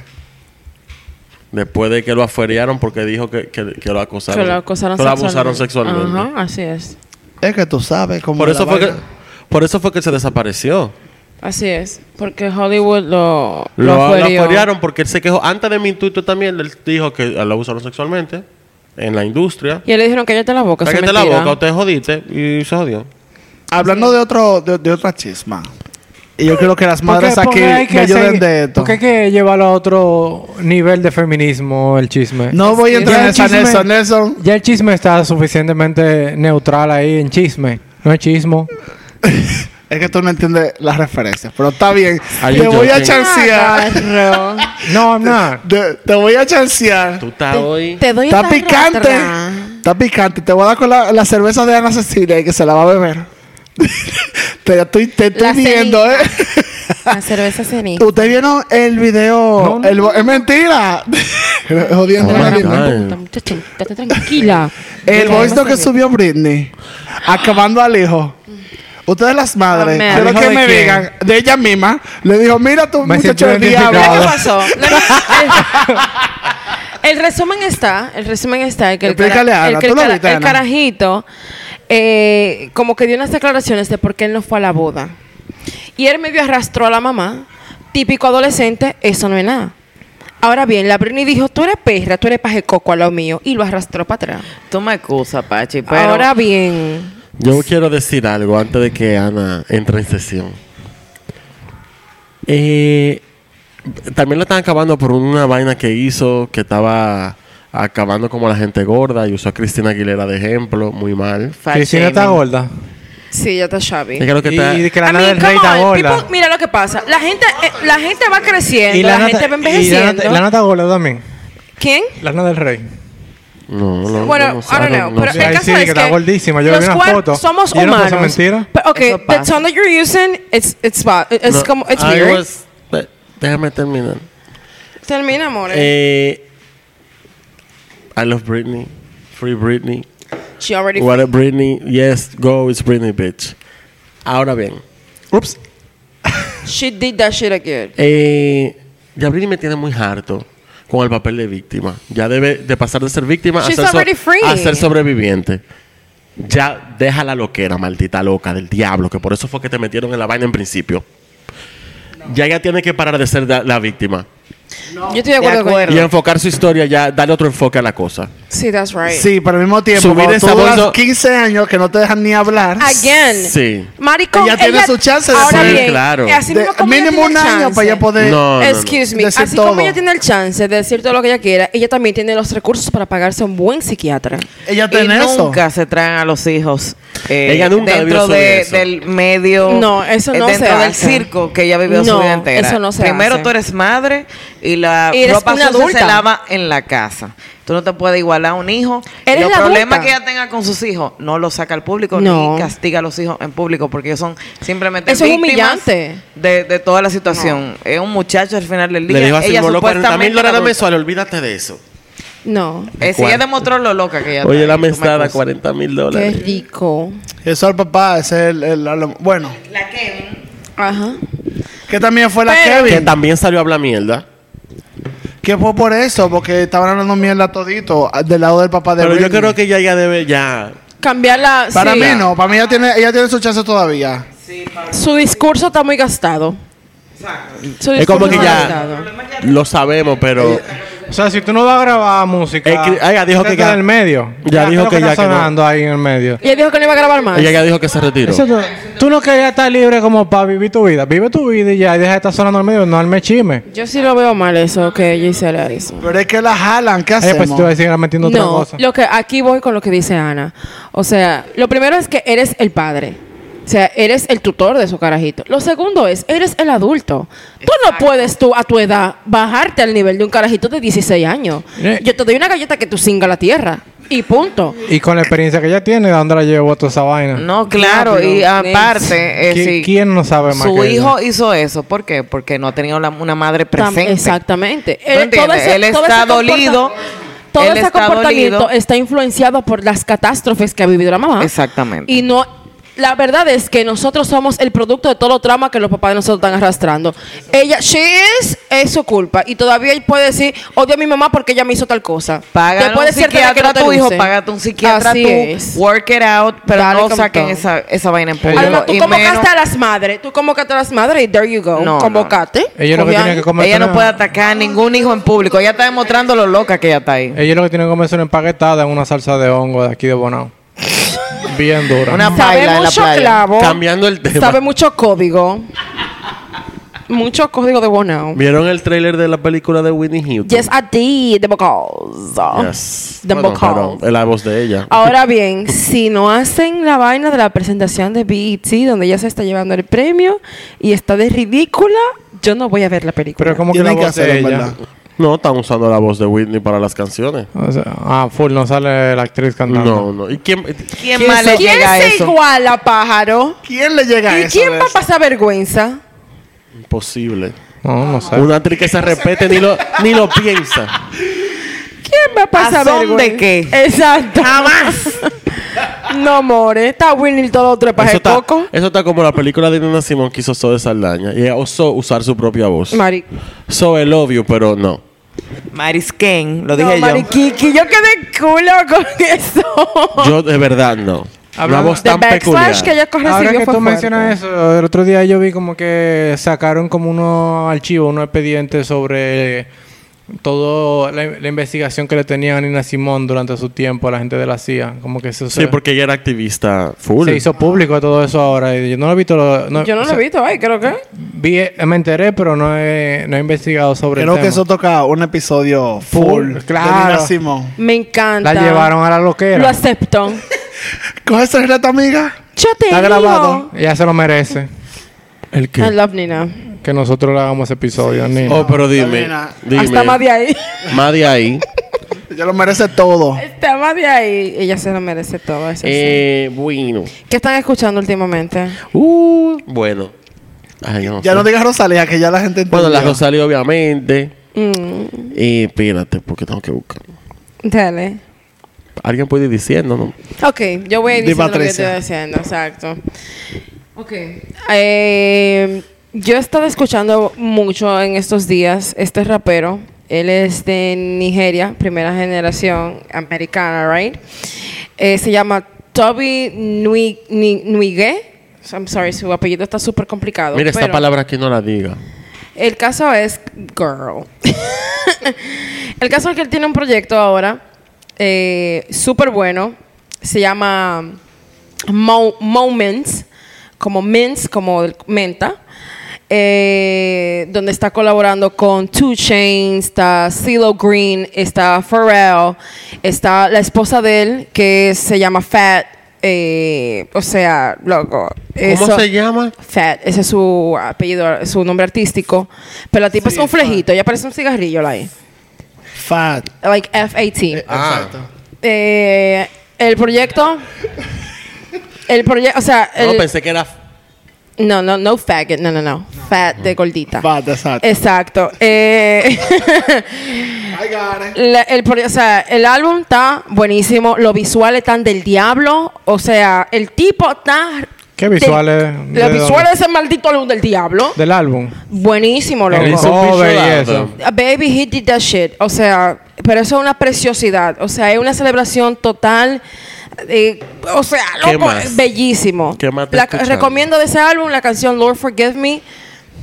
S3: Después de que lo afuerearon porque dijo que, que, que lo acosaron.
S1: Que lo acosaron
S3: Que lo abusaron sexualmente.
S1: Ajá, así es.
S2: Es que tú sabes cómo
S3: Por
S2: es
S3: eso
S2: la
S3: fue que...
S2: vaina.
S3: Por eso fue que se desapareció.
S1: Así es. Porque Hollywood lo,
S3: Lo, lo
S1: afuereó.
S3: afuerearon porque él se quejó. Antes de mi intuito también, él dijo que lo abusaron sexualmente en la industria.
S1: Y él le dijeron, cállate la boca, eso es
S3: Cállate la
S1: mentira.
S3: boca, o te jodiste y se jodió.
S2: Hablando de, otro, de, de otra chisma. Y yo creo que las madres aquí
S4: hay que
S2: me ayuden
S4: seguir-
S2: de esto.
S4: porque hay que llevarlo a otro nivel de feminismo el chisme.
S2: No voy a entrar en esa,
S4: Ya el chisme-
S2: Nelson. Nelson.
S4: Ya el chisme está suficientemente neutral ahí en chisme. No es chismo.
S2: Es que tú no entiendes las referencias. Pero está bien.
S3: Are you
S2: Te voy a
S3: joking?
S2: chancear.
S1: Agarro.
S4: No, I'm not.
S2: Te, te voy a chancear.
S3: Tú estás hoy.
S1: Te doy
S2: Está
S1: la
S2: picante.
S1: rastra.
S2: Está picante. Te voy a dar con la, la cerveza de Ana Cecilia y que se la va a beber. *laughs* te la estoy, te estoy
S1: La
S2: viendo, ¿eh? *laughs*
S1: La cerveza ceniza.
S2: Ustedes vieron el video.
S4: No, no.
S2: El bo- es mentira. *laughs* Jodiendo.
S3: Oh my
S2: a nadie.
S3: God.
S1: Muchacho, estate tranquila.
S2: El
S1: Mira,
S2: voice note que
S1: vamos a ver.
S2: subió Britney. Acabando al hijo. Ustedes las madres,
S1: Amén.
S2: quiero
S4: ¿Al hijo
S2: que
S4: de
S2: me
S4: quién?
S2: digan, de ella misma, le dijo, mira tu
S4: Me
S2: muchacho
S4: siento
S2: de diablo.
S1: Mira, ¿Qué
S4: identificado.
S1: pasó? La- El resumen está, el resumen está que el,
S2: Explícale,
S1: cara- el
S2: Ana,
S1: que el
S2: tú lo
S1: cara-
S2: viste,
S1: el
S2: Ana.
S1: carajito eh, como que dio unas declaraciones de por qué él no fue a la boda. Y él medio arrastró a la mamá, típico adolescente, eso no es nada. Ahora bien, la Britney dijo, tú eres perra, tú eres paje coco a lo mío, y lo arrastró para atrás.
S5: Tú me excusas, Pachi, pero...
S1: Ahora bien,
S3: Yo quiero decir algo antes de que Ana entre en sesión. Eh, también la están acabando por una vaina que hizo que estaba acabando como la gente gorda y usó a Cristina Aguilera de ejemplo, muy mal.
S5: fat
S4: Cristina está
S5: shaming.
S4: gorda.
S1: sí, ya está Xavi.
S3: Y creo que está-
S4: Y que la
S1: I
S4: nana
S1: mean,
S4: del rey está
S1: come on,
S4: gorda.
S1: people- mira lo que pasa. La gente, eh, la gente va creciendo, la,
S4: nana
S1: gente
S4: está-
S1: va
S4: y la nana-
S1: envejeciendo.
S4: la nana está gorda también.
S1: ¿Quién?
S4: La nana del rey.
S3: No, no,
S1: bueno,
S3: yo no sé,
S1: I don't
S3: no-
S1: know.
S3: no
S1: Pero
S3: sé.
S1: el
S4: Ay,
S1: caso
S4: sí,
S1: es
S4: que
S1: que
S4: está gordísima. Yo vi
S1: los
S4: una
S1: cuer-
S4: foto.
S1: somos
S4: Y yo no puedo
S1: humanos.
S4: hacer mentira.
S1: Pero, okay,
S5: Eso
S1: the
S5: pasa.
S1: tone that you're using, it's it's ba- it's
S3: No,
S1: como it's
S3: I
S1: weird.
S3: was- de- déjame terminar.
S1: Termina, amor.
S3: Eh, I love Britney. Free Britney.
S1: She already.
S3: What a Britney. Yes, go, it's Britney, bitch. Ahora bien.
S2: Ups.
S1: She did that shit again.
S3: Eh, ya Britney me tiene muy harto con el papel de víctima. Ya debe de pasar de ser víctima a
S1: She's
S3: ser, so-
S1: already free.
S3: a ser sobreviviente. Ya deja la loquera, maldita loca del diablo, que por eso fue que te metieron en la vaina en principio. Ya ella tiene que parar de ser da- la víctima
S1: Yo estoy de acuerdo,
S5: De acuerdo.
S1: con
S3: y
S1: ella.
S3: enfocar su historia, ya darle otro enfoque a la cosa.
S1: Sí, that's right.
S2: Sí, pero al mismo tiempo,
S3: Subir
S2: cuando
S3: esa
S2: tú duras
S3: voz-
S2: 15 años que no te dejan ni hablar.
S1: Again.
S3: Sí.
S1: Maricón.
S2: Ella tiene su chance de
S1: Ahora
S3: ser-
S1: bien,
S3: Claro.
S1: eh, así
S2: de-
S1: mismo como ella
S2: mínimo un
S1: tiene
S2: año
S1: chance.
S2: para ella poder...
S3: No, no, no.
S1: Excuse me.
S2: Decir
S1: Así
S2: todo.
S1: como ella tiene el chance de decir todo lo que ella quiera, ella también tiene los recursos para pagarse un buen psiquiatra.
S2: Ella
S5: Y
S2: tiene eso.
S5: nunca se traen a los hijos. eh,
S3: Ella nunca debió
S5: dentro
S3: subir
S5: de-
S3: eso.
S5: del medio. eh,
S1: No, eso no
S5: dentro
S1: se
S5: del
S1: hace.
S5: circo que ella vivió su
S1: No,
S5: vida entera.
S1: eso no se
S5: Primero
S1: hace.
S5: tú eres madre y la
S1: Y eres
S5: ropa
S1: una
S5: sucia se
S1: adulta.
S5: lava en la casa. Tú no te puedes igualar a un hijo.
S1: Eres
S5: los
S1: la
S5: problemas
S1: adulta.
S5: que ella tenga con sus hijos no los saca al público
S1: No.
S5: ni castiga a los hijos en público porque ellos son simplemente
S1: Eso es
S5: víctimas
S1: humillante.
S5: De, de toda la situación. Es un muchacho al final del día.
S3: Le dijo a
S5: ella
S3: Simboló 40 mil
S5: supuestamente
S3: dólares
S5: adulta.
S3: mensuales, olvídate de eso.
S1: No.
S5: Eh, sí, ella
S3: ¿Cuánto?
S5: demostró lo loca que ella
S3: Oye,
S5: está,
S3: la
S5: tú me
S3: mesada,
S5: acusas.
S3: 40 mil
S1: Qué
S3: dólares.
S1: rico.
S2: Eso al papá, ese es el, el- el- Bueno,
S5: La Kevin.
S1: Ajá.
S2: que también fue la
S1: Pero-
S3: Que
S2: Kevin.
S3: también salió a hablar mierda.
S2: Que fue por eso, porque estaban hablando mierda todito ah, del lado del papá de
S3: Pero yo
S2: Britney.
S3: creo que ya, ya debe, ya.
S1: Cambiar la.
S2: Para
S1: sí.
S2: mí no, para mí ella tiene, ella tiene su chance todavía.
S1: Su discurso está muy gastado. Su
S3: Es como
S1: discurso
S3: que
S1: está
S3: ya
S1: gastado.
S3: lo sabemos, pero
S4: O sea, si tú no vas a grabar música,
S3: Eh, cri- ah, ya dijo que
S4: métete
S3: ya-
S4: en el medio.
S3: ya
S4: ¿Qué
S3: dijo
S4: es lo
S3: que ya
S4: está
S3: que no.
S4: sonando ahí en el medio.
S1: Y él dijo que no iba a grabar más.
S3: ella ya dijo que se retiró.
S4: Eso tú, tú no querías estar libre como para vivir tu vida. Vive tu vida y ya y deja de estar sonando en el medio, no arme chisme. Eh,
S1: Yo sí lo veo mal eso que ella hiciera eso.
S2: Pero es que la jalan, ¿qué
S4: Eh,
S2: hacemos?
S4: pues tú vas a seguir metiendo otra
S1: No,
S4: cosa.
S1: lo que aquí voy con lo que dice Ana. O sea, lo primero es que eres el padre. O sea, eres el tutor de su carajito. Lo segundo es, eres el adulto. Tú no puedes tú a tu edad bajarte al nivel de un carajito de 16 años.
S4: Eh.
S1: Yo te doy una galleta que tú cinga la tierra. Y punto.
S4: Y con la experiencia que ella tiene, ¿de dónde la llevó a toda esa vaina? *laughs*
S5: No, claro,
S1: Diablo,
S5: y
S1: Nancy.
S5: aparte, eh,
S4: ¿Qui-
S5: sí,
S4: ¿Quién no sabe más?
S5: su
S4: que ella?
S5: hijo hizo eso. ¿Por qué? Porque no ha tenido la- una madre
S1: Tam-
S5: presente.
S1: Exactamente. Eh,
S5: ¿Tú entiendes? Él
S1: todo comporta-
S5: está dolido.
S1: Todo
S5: Él
S1: ese
S5: está
S1: comportamiento
S5: dolido.
S1: está influenciado por las catástrofes que ha vivido la mamá.
S5: Exactamente.
S1: Y no. La verdad es que nosotros somos el producto de todo el trauma que los papás de nosotros están arrastrando. Ella, she is, es su culpa. Y todavía él puede decir, odio a mi mamá porque ella me hizo tal cosa.
S5: Págale
S1: Después
S5: un
S1: de cierta edad que
S5: psiquiatra a
S1: no te
S5: tu hijo,
S1: luce.
S5: págate un psiquiatra
S1: Así
S5: tú,
S1: es.
S5: work it out, pero
S1: Dale
S5: no
S1: con
S5: saquen
S1: todo.
S5: esa, esa vaina en público.
S1: Además, tú
S5: y
S1: convocaste
S5: menos-
S1: a las madres. Tú convocaste a las madres y there you go.
S5: No, no.
S1: convocaste.
S4: Ella lo que
S1: Obvio.
S4: tiene que comer
S5: ella no
S4: una-
S5: puede atacar a ningún hijo en público. Ella está demostrando lo loca que ella está ahí.
S4: Ella lo que tiene que comer es una empaquetada en una salsa de hongo de aquí de
S2: *laughs*
S4: Bonao. Bien dura.
S5: Una-
S1: Sabe
S5: Baila en la
S1: mucho
S5: playa.
S1: clavo.
S3: Cambiando el tema.
S1: Sabe mucho código. mucho código de Bonao.
S3: ¿Vieron el tráiler de la película de Whitney Houston?
S1: Yes, I did. The vocals.
S3: Yes.
S1: The Ah.
S3: Bueno,
S1: vocals.
S3: pero eh. La voz de ella.
S1: Ahora bien, si no hacen la vaina de la presentación de BET, donde ella se está llevando el premio y está de ridícula, yo no voy a ver la película.
S4: Pero como que la
S2: Tienen que
S4: voz
S2: hacer,
S4: de
S2: en
S4: ella.
S2: verdad.
S3: No, están usando la voz de Whitney para las canciones.
S4: O sea, ah, full, no sale la actriz
S3: No,
S4: cantando.
S3: no. ¿Y quién?
S5: ¿Quién más le
S1: ¿Quién
S5: llega a
S1: se
S5: eso?
S1: iguala, pájaro?
S2: ¿Quién le llega a
S1: ¿Y
S2: eso?
S1: quién
S2: de
S1: va a
S2: eso?
S1: pasar vergüenza?
S3: Imposible.
S4: No, no, sé.
S3: Una actriz que se repete ni lo, ni lo piensa.
S1: ¿Quién va a pasar
S5: ¿A
S1: vergüenza?
S5: son de qué?
S1: Exacto. Jamás. *laughs* no, more. Está Winnie todo otro
S3: Eso
S1: paje
S3: está,
S1: coco.
S3: eso está como la película de Nina Simón que hizo Zoe Saldaña. Y ella osó usar su propia voz.
S1: Mari.
S3: Zoe, el obvio, pero no.
S5: Maris Ken,
S1: No,
S5: lo dije yo.
S1: Mariquiqui, yo quedé culo con *laughs* eso.
S3: Yo de verdad no. Una voz
S1: De
S3: tan peculiar.
S1: backslash que ella recibió
S4: Ahora que
S1: fue
S4: tú
S1: fuerte.
S4: mencionas eso, el otro día yo vi como que sacaron como unos archivos, unos expedientes sobre todo la, la investigación que le tenían a Nina Simón durante su tiempo a la gente de la CIA. Como que eso
S3: Sí,
S4: se,
S3: porque ella era activista full.
S4: se hizo público todo eso ahora. Y yo no lo he visto. lo- no-
S1: Yo no
S4: o
S1: lo
S4: sea,
S1: he visto, ay, creo que.
S4: vi- eh, me enteré, pero no he, no he investigado sobre
S2: Creo
S4: el
S2: que
S4: tema.
S2: eso toca un episodio
S4: Full,
S2: full.
S4: claro.
S2: De Nina Simón.
S1: Me encanta.
S4: La llevaron a la
S1: Lo
S4: loquera.
S1: acepto.
S2: Coge ese reto, amiga.
S1: Yo te
S2: Está
S1: digo.
S2: grabado.
S4: Ella se lo merece.
S3: ¿El
S1: I love Nina.
S4: Que nosotros le hagamos episodio, Nina.
S3: Oh, pero dime.
S2: Sabrina,
S3: dime
S1: Hasta más de ahí. *laughs*
S3: Más de ahí.
S2: Ella lo merece todo.
S1: Hasta más de ahí. Ella se lo merece todo. Eso sí.
S3: eh, bueno.
S1: ¿Qué están escuchando últimamente?
S3: Uh, bueno. Ay, yo no
S2: Ya
S3: sé.
S2: no digas Rosalía, que ya la gente
S3: Bueno, la
S2: entendió.
S3: Rosalía, obviamente.
S1: Mm,
S3: Y espérate, porque tengo que buscar.
S1: dale.
S3: Alguien puede ir diciendo, ¿no?
S1: Ok, yo voy a ir diciendo
S2: Di
S1: lo que
S2: Patricia.
S1: estoy diciendo, exacto. Ok. Eh, yo he estado escuchando mucho en estos días este rapero. Él es de Nigeria, primera generación americana, right? Eh, se llama Toby Nui- Ni- Nuige. So, I'm sorry, su apellido está súper complicado.
S3: Mira, esta
S1: pero-
S3: palabra aquí no la diga.
S1: el caso es
S3: *laughs*
S1: Girl. el caso es que él tiene un proyecto ahora eh, súper bueno. Se llama Mo- Moments, como Mints, como el- menta. eh, donde está colaborando con Two Chainz, está CeeLo Green, está Pharrell, está la esposa de él que se llama Fat, eh, o sea, loco.
S3: ¿Cómo
S1: eso-
S3: se llama?
S1: Fat, ese es su apellido, su nombre artístico. Pero la tipa es un flejito, ella parece un cigarrillo, la E.
S2: Fat.
S1: Like F-18.
S3: Ah,
S1: Eh, el proyecto. El proyecto, o sea.
S3: no, pues.
S1: el-
S3: pensé que era.
S1: no, no, no faggot, no, no, no. Fat de gordita.
S2: Fat, exacto.
S1: Exacto. Eh, *laughs*
S2: I got it.
S1: La- el, pro- o sea, el álbum está buenísimo, los visuales están del diablo, o sea, el tipo está...
S4: ¿Qué visuales? ¿De
S1: Los
S4: dónde?
S1: visuales de ese maldito álbum del diablo.
S4: Del álbum.
S1: Buenísimo,
S4: El
S1: loco.
S4: cover y
S3: visual
S4: eso.
S1: A Baby, he did that shit. O sea, pero eso es una preciosidad. O sea, es una celebración total. eh, o sea,
S3: ¿Qué
S1: loco,
S3: más?
S1: es bellísimo.
S3: ¿Qué más te
S1: La-
S3: escuchando?
S1: recomiendo de ese álbum la canción Lord Forgive Me.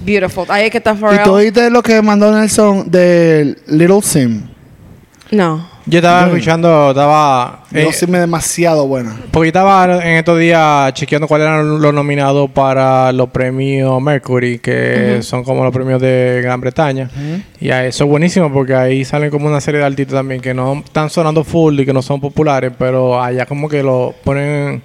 S1: Beautiful. Ahí es que está
S2: ¿Y tú
S1: Pharrell.
S2: oíste lo que mandó Nelson de Little Sim?
S4: Eh,
S1: No.
S4: Yo estaba escuchando, estaba... eh,
S2: Little Sim es demasiado buena.
S4: porque yo estaba en estos días chequeando cuáles eran los nominados para los premios Mercury, que son como los premios de Gran Bretaña. Y a eso es buenísimo porque ahí salen como una serie de artistas también que no están sonando full y que no son populares, pero allá como que lo ponen...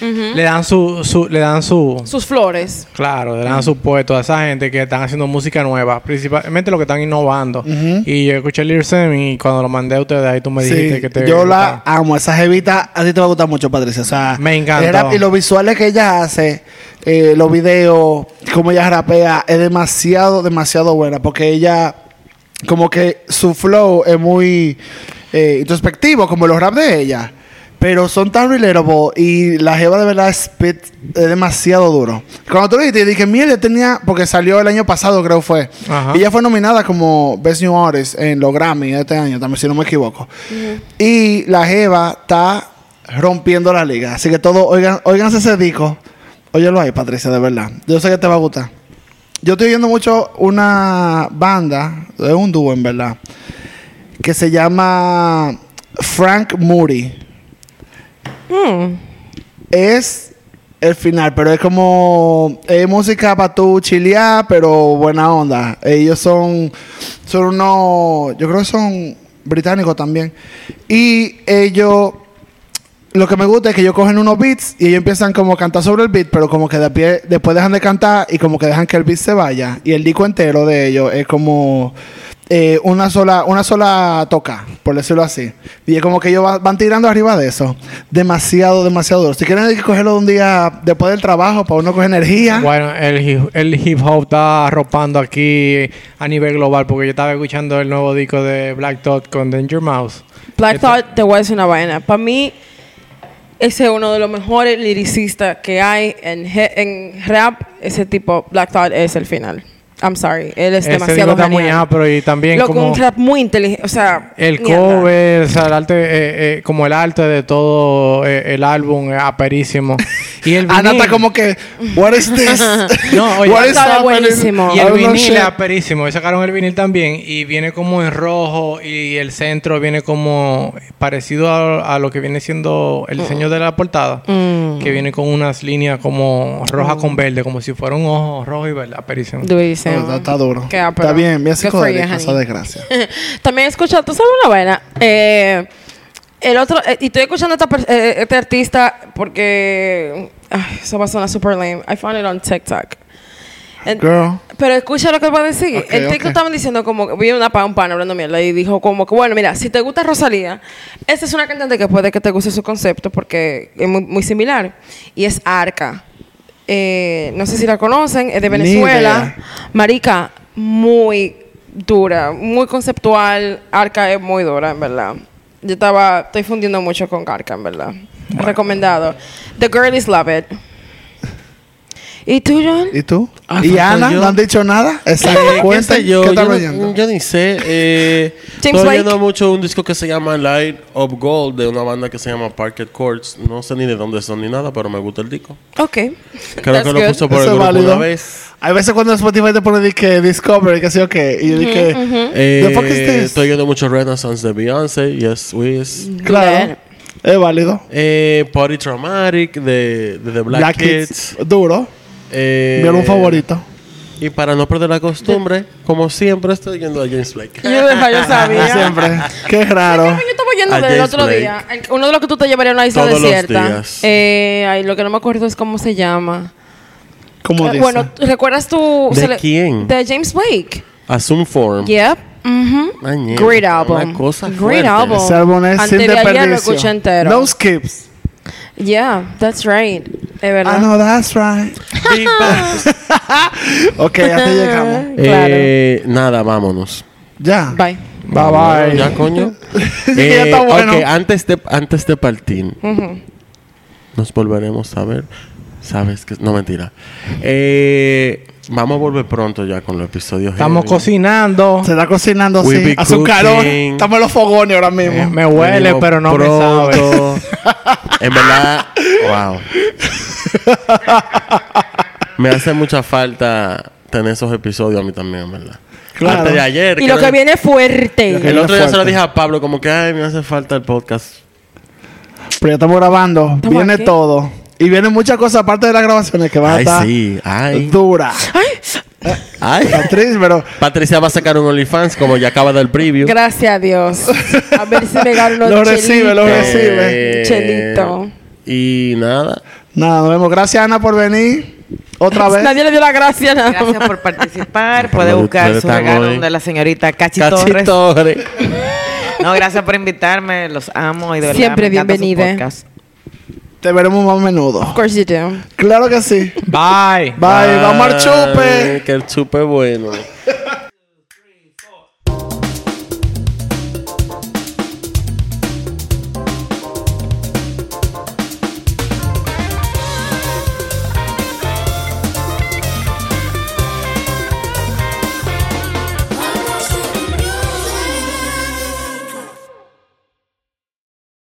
S4: Le dan su, su... Le dan su...
S1: Sus flores.
S4: Claro, le dan su puesto a esa gente que están haciendo música nueva, principalmente los que están innovando. Y yo escuché el Irsen y cuando lo mandé a ustedes ahí tú me dijiste
S2: Sí,
S4: que te
S2: yo la
S4: gustaba.
S2: amo. Esa jevita a ti te va a gustar mucho, Patricia. O sea,
S4: Me encantó.
S2: el rap y los visuales que ella hace, eh, los videos, cómo ella rapea, es demasiado, demasiado buena. Porque ella, como que su flow es muy eh, introspectivo, como los rap de ella. Pero son tan relatable y la jeva de verdad spit es demasiado duro. Cuando tú lo dijiste, dije, mira, yo tenía, porque salió el año pasado, creo fue.
S4: Ajá.
S2: Y ella fue nominada como Best New Artist en los Grammy este año, también si no me equivoco. Y la Jeva está rompiendo la liga. Así que todos, oigan, óiganse ese disco. Óyelo ahí, Patricia, de verdad. Yo sé que te va a gustar. Yo estoy oyendo mucho una banda, es un dúo en verdad, que se llama Frank Moody. Es el final, pero es como es música para tú chilear, pero buena onda. Ellos son son unos, yo creo que son británicos también. Y ellos lo que me gusta es que ellos cogen unos beats y ellos empiezan como a cantar sobre el beat, pero como que de pie- después dejan de cantar y como que dejan que el beat se vaya. Y el disco entero de ellos es como eh, una sola una sola toca, por decirlo así. Y es como que ellos va- van tirando arriba de eso. Demasiado, demasiado duro. Si quieren hay que cogerlo un día después del trabajo para uno coger energía.
S4: Bueno, el, hi- el hip hop está arropando aquí a nivel global porque yo estaba escuchando el nuevo disco de Black Thought con Danger Mouse.
S1: Black Thought, te voy a decir una vaina. Para mí, ese es uno de los mejores liricistas que hay en, he- en rap. Ese tipo, Black Thought, es el final. I'm sorry. Él es
S4: Ese disco
S1: demasiado
S4: está muy
S1: genial.
S4: apro y también
S1: Loco,
S4: como
S1: un rap muy inteligente. O sea,
S4: el
S1: mierda.
S4: cover, o sea, el arte, eh, eh, como el arte de todo eh, el álbum
S1: *laughs*
S4: es aperísimo. Y el
S2: Ana está
S4: vinil-
S2: como que, what is this?
S4: *laughs* No, oye,
S2: What is
S1: Sabe
S2: happening?
S1: buenísimo.
S4: Y
S2: I
S4: el
S2: don't know
S4: vinil
S2: shit.
S4: es aperísimo. Y sacaron el vinil también. Y viene como en rojo. Y el centro viene como parecido a, a lo que viene siendo el diseño de la portada. Que viene con unas líneas como roja con verde. Como si fuera un ojo rojo y verde. Ah, Aperísimo.
S1: Durísimo.
S2: No, está, está duro.
S1: Qué
S2: está
S1: apro.
S2: bien, bien
S1: Good for you,
S2: psicodélico esa
S1: honey.
S2: desgracia.
S1: *laughs* También escucha, tú sabes una vaina. Eh, el otro, eh, y estoy escuchando a esta per- eh, este artista porque ay, eso va a sonar super lame. I found it on TikTok. En-
S2: Girl.
S1: Pero escucha lo que voy a decir.
S2: Ok,
S1: en TikTok
S2: ok.
S1: estaban diciendo como que vi una pa, un pan hablando mierda y dijo como que bueno, mira, si te gusta Rosalía, esta es una cantante que puede que te guste su concepto porque es muy, muy similar y es Arca. Eh, no sé si la conocen, es de
S2: Ni
S1: Venezuela.
S2: idea.
S1: Marica, muy dura, muy conceptual. Arca es muy dura, en verdad. Yo estaba, estoy fundiendo mucho con Arca, en verdad. Recomendado. The Girlies Love It. ¿Y tú, John?
S2: ¿Y tú?
S3: Ah,
S2: ¿Y
S3: falto
S2: Ana?
S3: yo.
S2: ¿No han dicho nada? Exacto.
S3: Eh, ¿Qué
S2: Cuenta,
S3: sé yo?
S2: ¿Qué estás
S3: yo,
S2: leyendo?
S3: no, yo ni sé.
S2: *laughs*
S3: Eh,
S1: James
S3: estoy oyendo
S1: Blake.
S3: mucho un disco que se llama Light of Gold de una banda que se llama Parquet Courts. No sé ni de dónde son ni nada, pero me gusta el disco.
S1: Ok.
S3: Creo
S1: That's
S3: que lo
S1: good.
S3: puso por
S2: Eso es
S3: el grupo
S2: válido.
S3: una vez.
S2: Hay veces cuando Spotify te pone que Discovery, que sí o qué. Y yo dije,
S3: Eh,
S2: ¿The fuck is this?
S3: estoy oyendo mucho Renaissance de Beyoncé, Yes Wiz.
S2: Mm. claro, es válido.
S3: Eh, Party Traumatic de, de The Black,
S2: Black
S3: Kids.
S2: Kids, duro.
S3: Eh,
S2: Mi álbum favorito.
S3: Y para no perder la costumbre, como siempre, estoy oyendo a James Blake.
S1: Yo, yo
S2: Como
S3: *laughs*
S1: sabía.
S2: *laughs* siempre. Qué raro.
S1: Yo estaba yendo
S3: A
S1: del
S3: James
S1: otro
S3: Blake.
S1: día. El- uno de los que tú te llevarías a una isla
S3: Todos los
S1: desierta.
S3: días.
S1: Eh, ay, lo que no me acuerdo es cómo se llama.
S2: Como
S1: Eh,
S2: dice.
S1: bueno, ¿tú- ¿recuerdas tu.
S3: ¿De
S1: se le-
S3: quién?
S1: De James Blake.
S3: Assume Form.
S1: Yep. Mhm.
S3: Mañana,
S1: Great
S3: una
S1: album.
S3: cosa
S1: Great
S3: fuerte.
S1: album.
S2: Ese álbum es sin
S1: Antes de ayer lo escuché
S2: desperdicio.
S1: entero.
S2: No skips.
S1: Yeah, that's right. De
S2: Ah,
S1: verdad.
S2: no, that's right. *laughs* ok, ya te llegamos.
S3: Eh, Nada, vámonos.
S2: Ya.
S1: Bye.
S4: Bye bye.
S3: Ya,
S2: *laughs*
S4: *laughs*
S3: coño.
S2: Sí, que ya está
S3: Eh,
S2: bueno.
S3: ok, antes de, antes de partir, nos volveremos a ver. Sabes que no mentira. Eh, vamos a volver pronto ya con los episodios.
S4: Estamos
S3: heavy.
S4: cocinando.
S2: Se está cocinando
S3: We
S2: así.
S3: be
S2: Hace un calor.
S3: cooking.
S2: Estamos en los fogones ahora
S4: Eh,
S2: mismo.
S4: Me huele,
S3: Venimos
S4: pero no me sabe.
S3: pronto. *laughs* en verdad, wow. Me hace mucha falta tener esos episodios a mí también, en verdad.
S2: Claro.
S3: Antes de ayer.
S1: Y lo que
S3: era-
S1: viene fuerte.
S3: El otro día se lo
S2: Fuerte.
S3: dije a Pablo, como que, ay, me hace falta el podcast.
S2: Pero ya estamos grabando. viene
S1: aquí.
S2: todo. Y vienen muchas cosas aparte de las grabaciones que van a
S3: Ay,
S2: estar
S3: sí, ay.
S2: duras.
S3: Ay.
S2: Patriz, pero
S3: Patricia va a sacar un OnlyFans, como ya acaba del preview.
S1: Gracias a Dios. A ver si me gano unos
S2: *laughs* Lo recibe, lo
S1: chelitos.
S2: recibe.
S3: Eh,
S1: Chelito.
S3: Y nada.
S2: nada, nos vemos. Gracias, Ana, por venir. Otra vez.
S1: Nadie le dio la gracia nada más. *laughs*
S5: Gracias por participar.
S3: Por
S5: Puede
S3: lo-
S5: buscar
S3: ustedes
S5: su
S3: están hoy.
S5: regalo de la señorita Cachi, Torres.
S3: Cachitore.
S5: No, gracias por invitarme. Los amo y de verdad.
S1: Siempre
S5: me encanta su
S1: bienvenida.
S5: podcast.
S2: Te veremos más menudo.
S1: Of course you do.
S2: Claro que sí.
S4: Bye.
S2: Bye. Vamos al chupe.
S3: Ay, Que el chupe es bueno.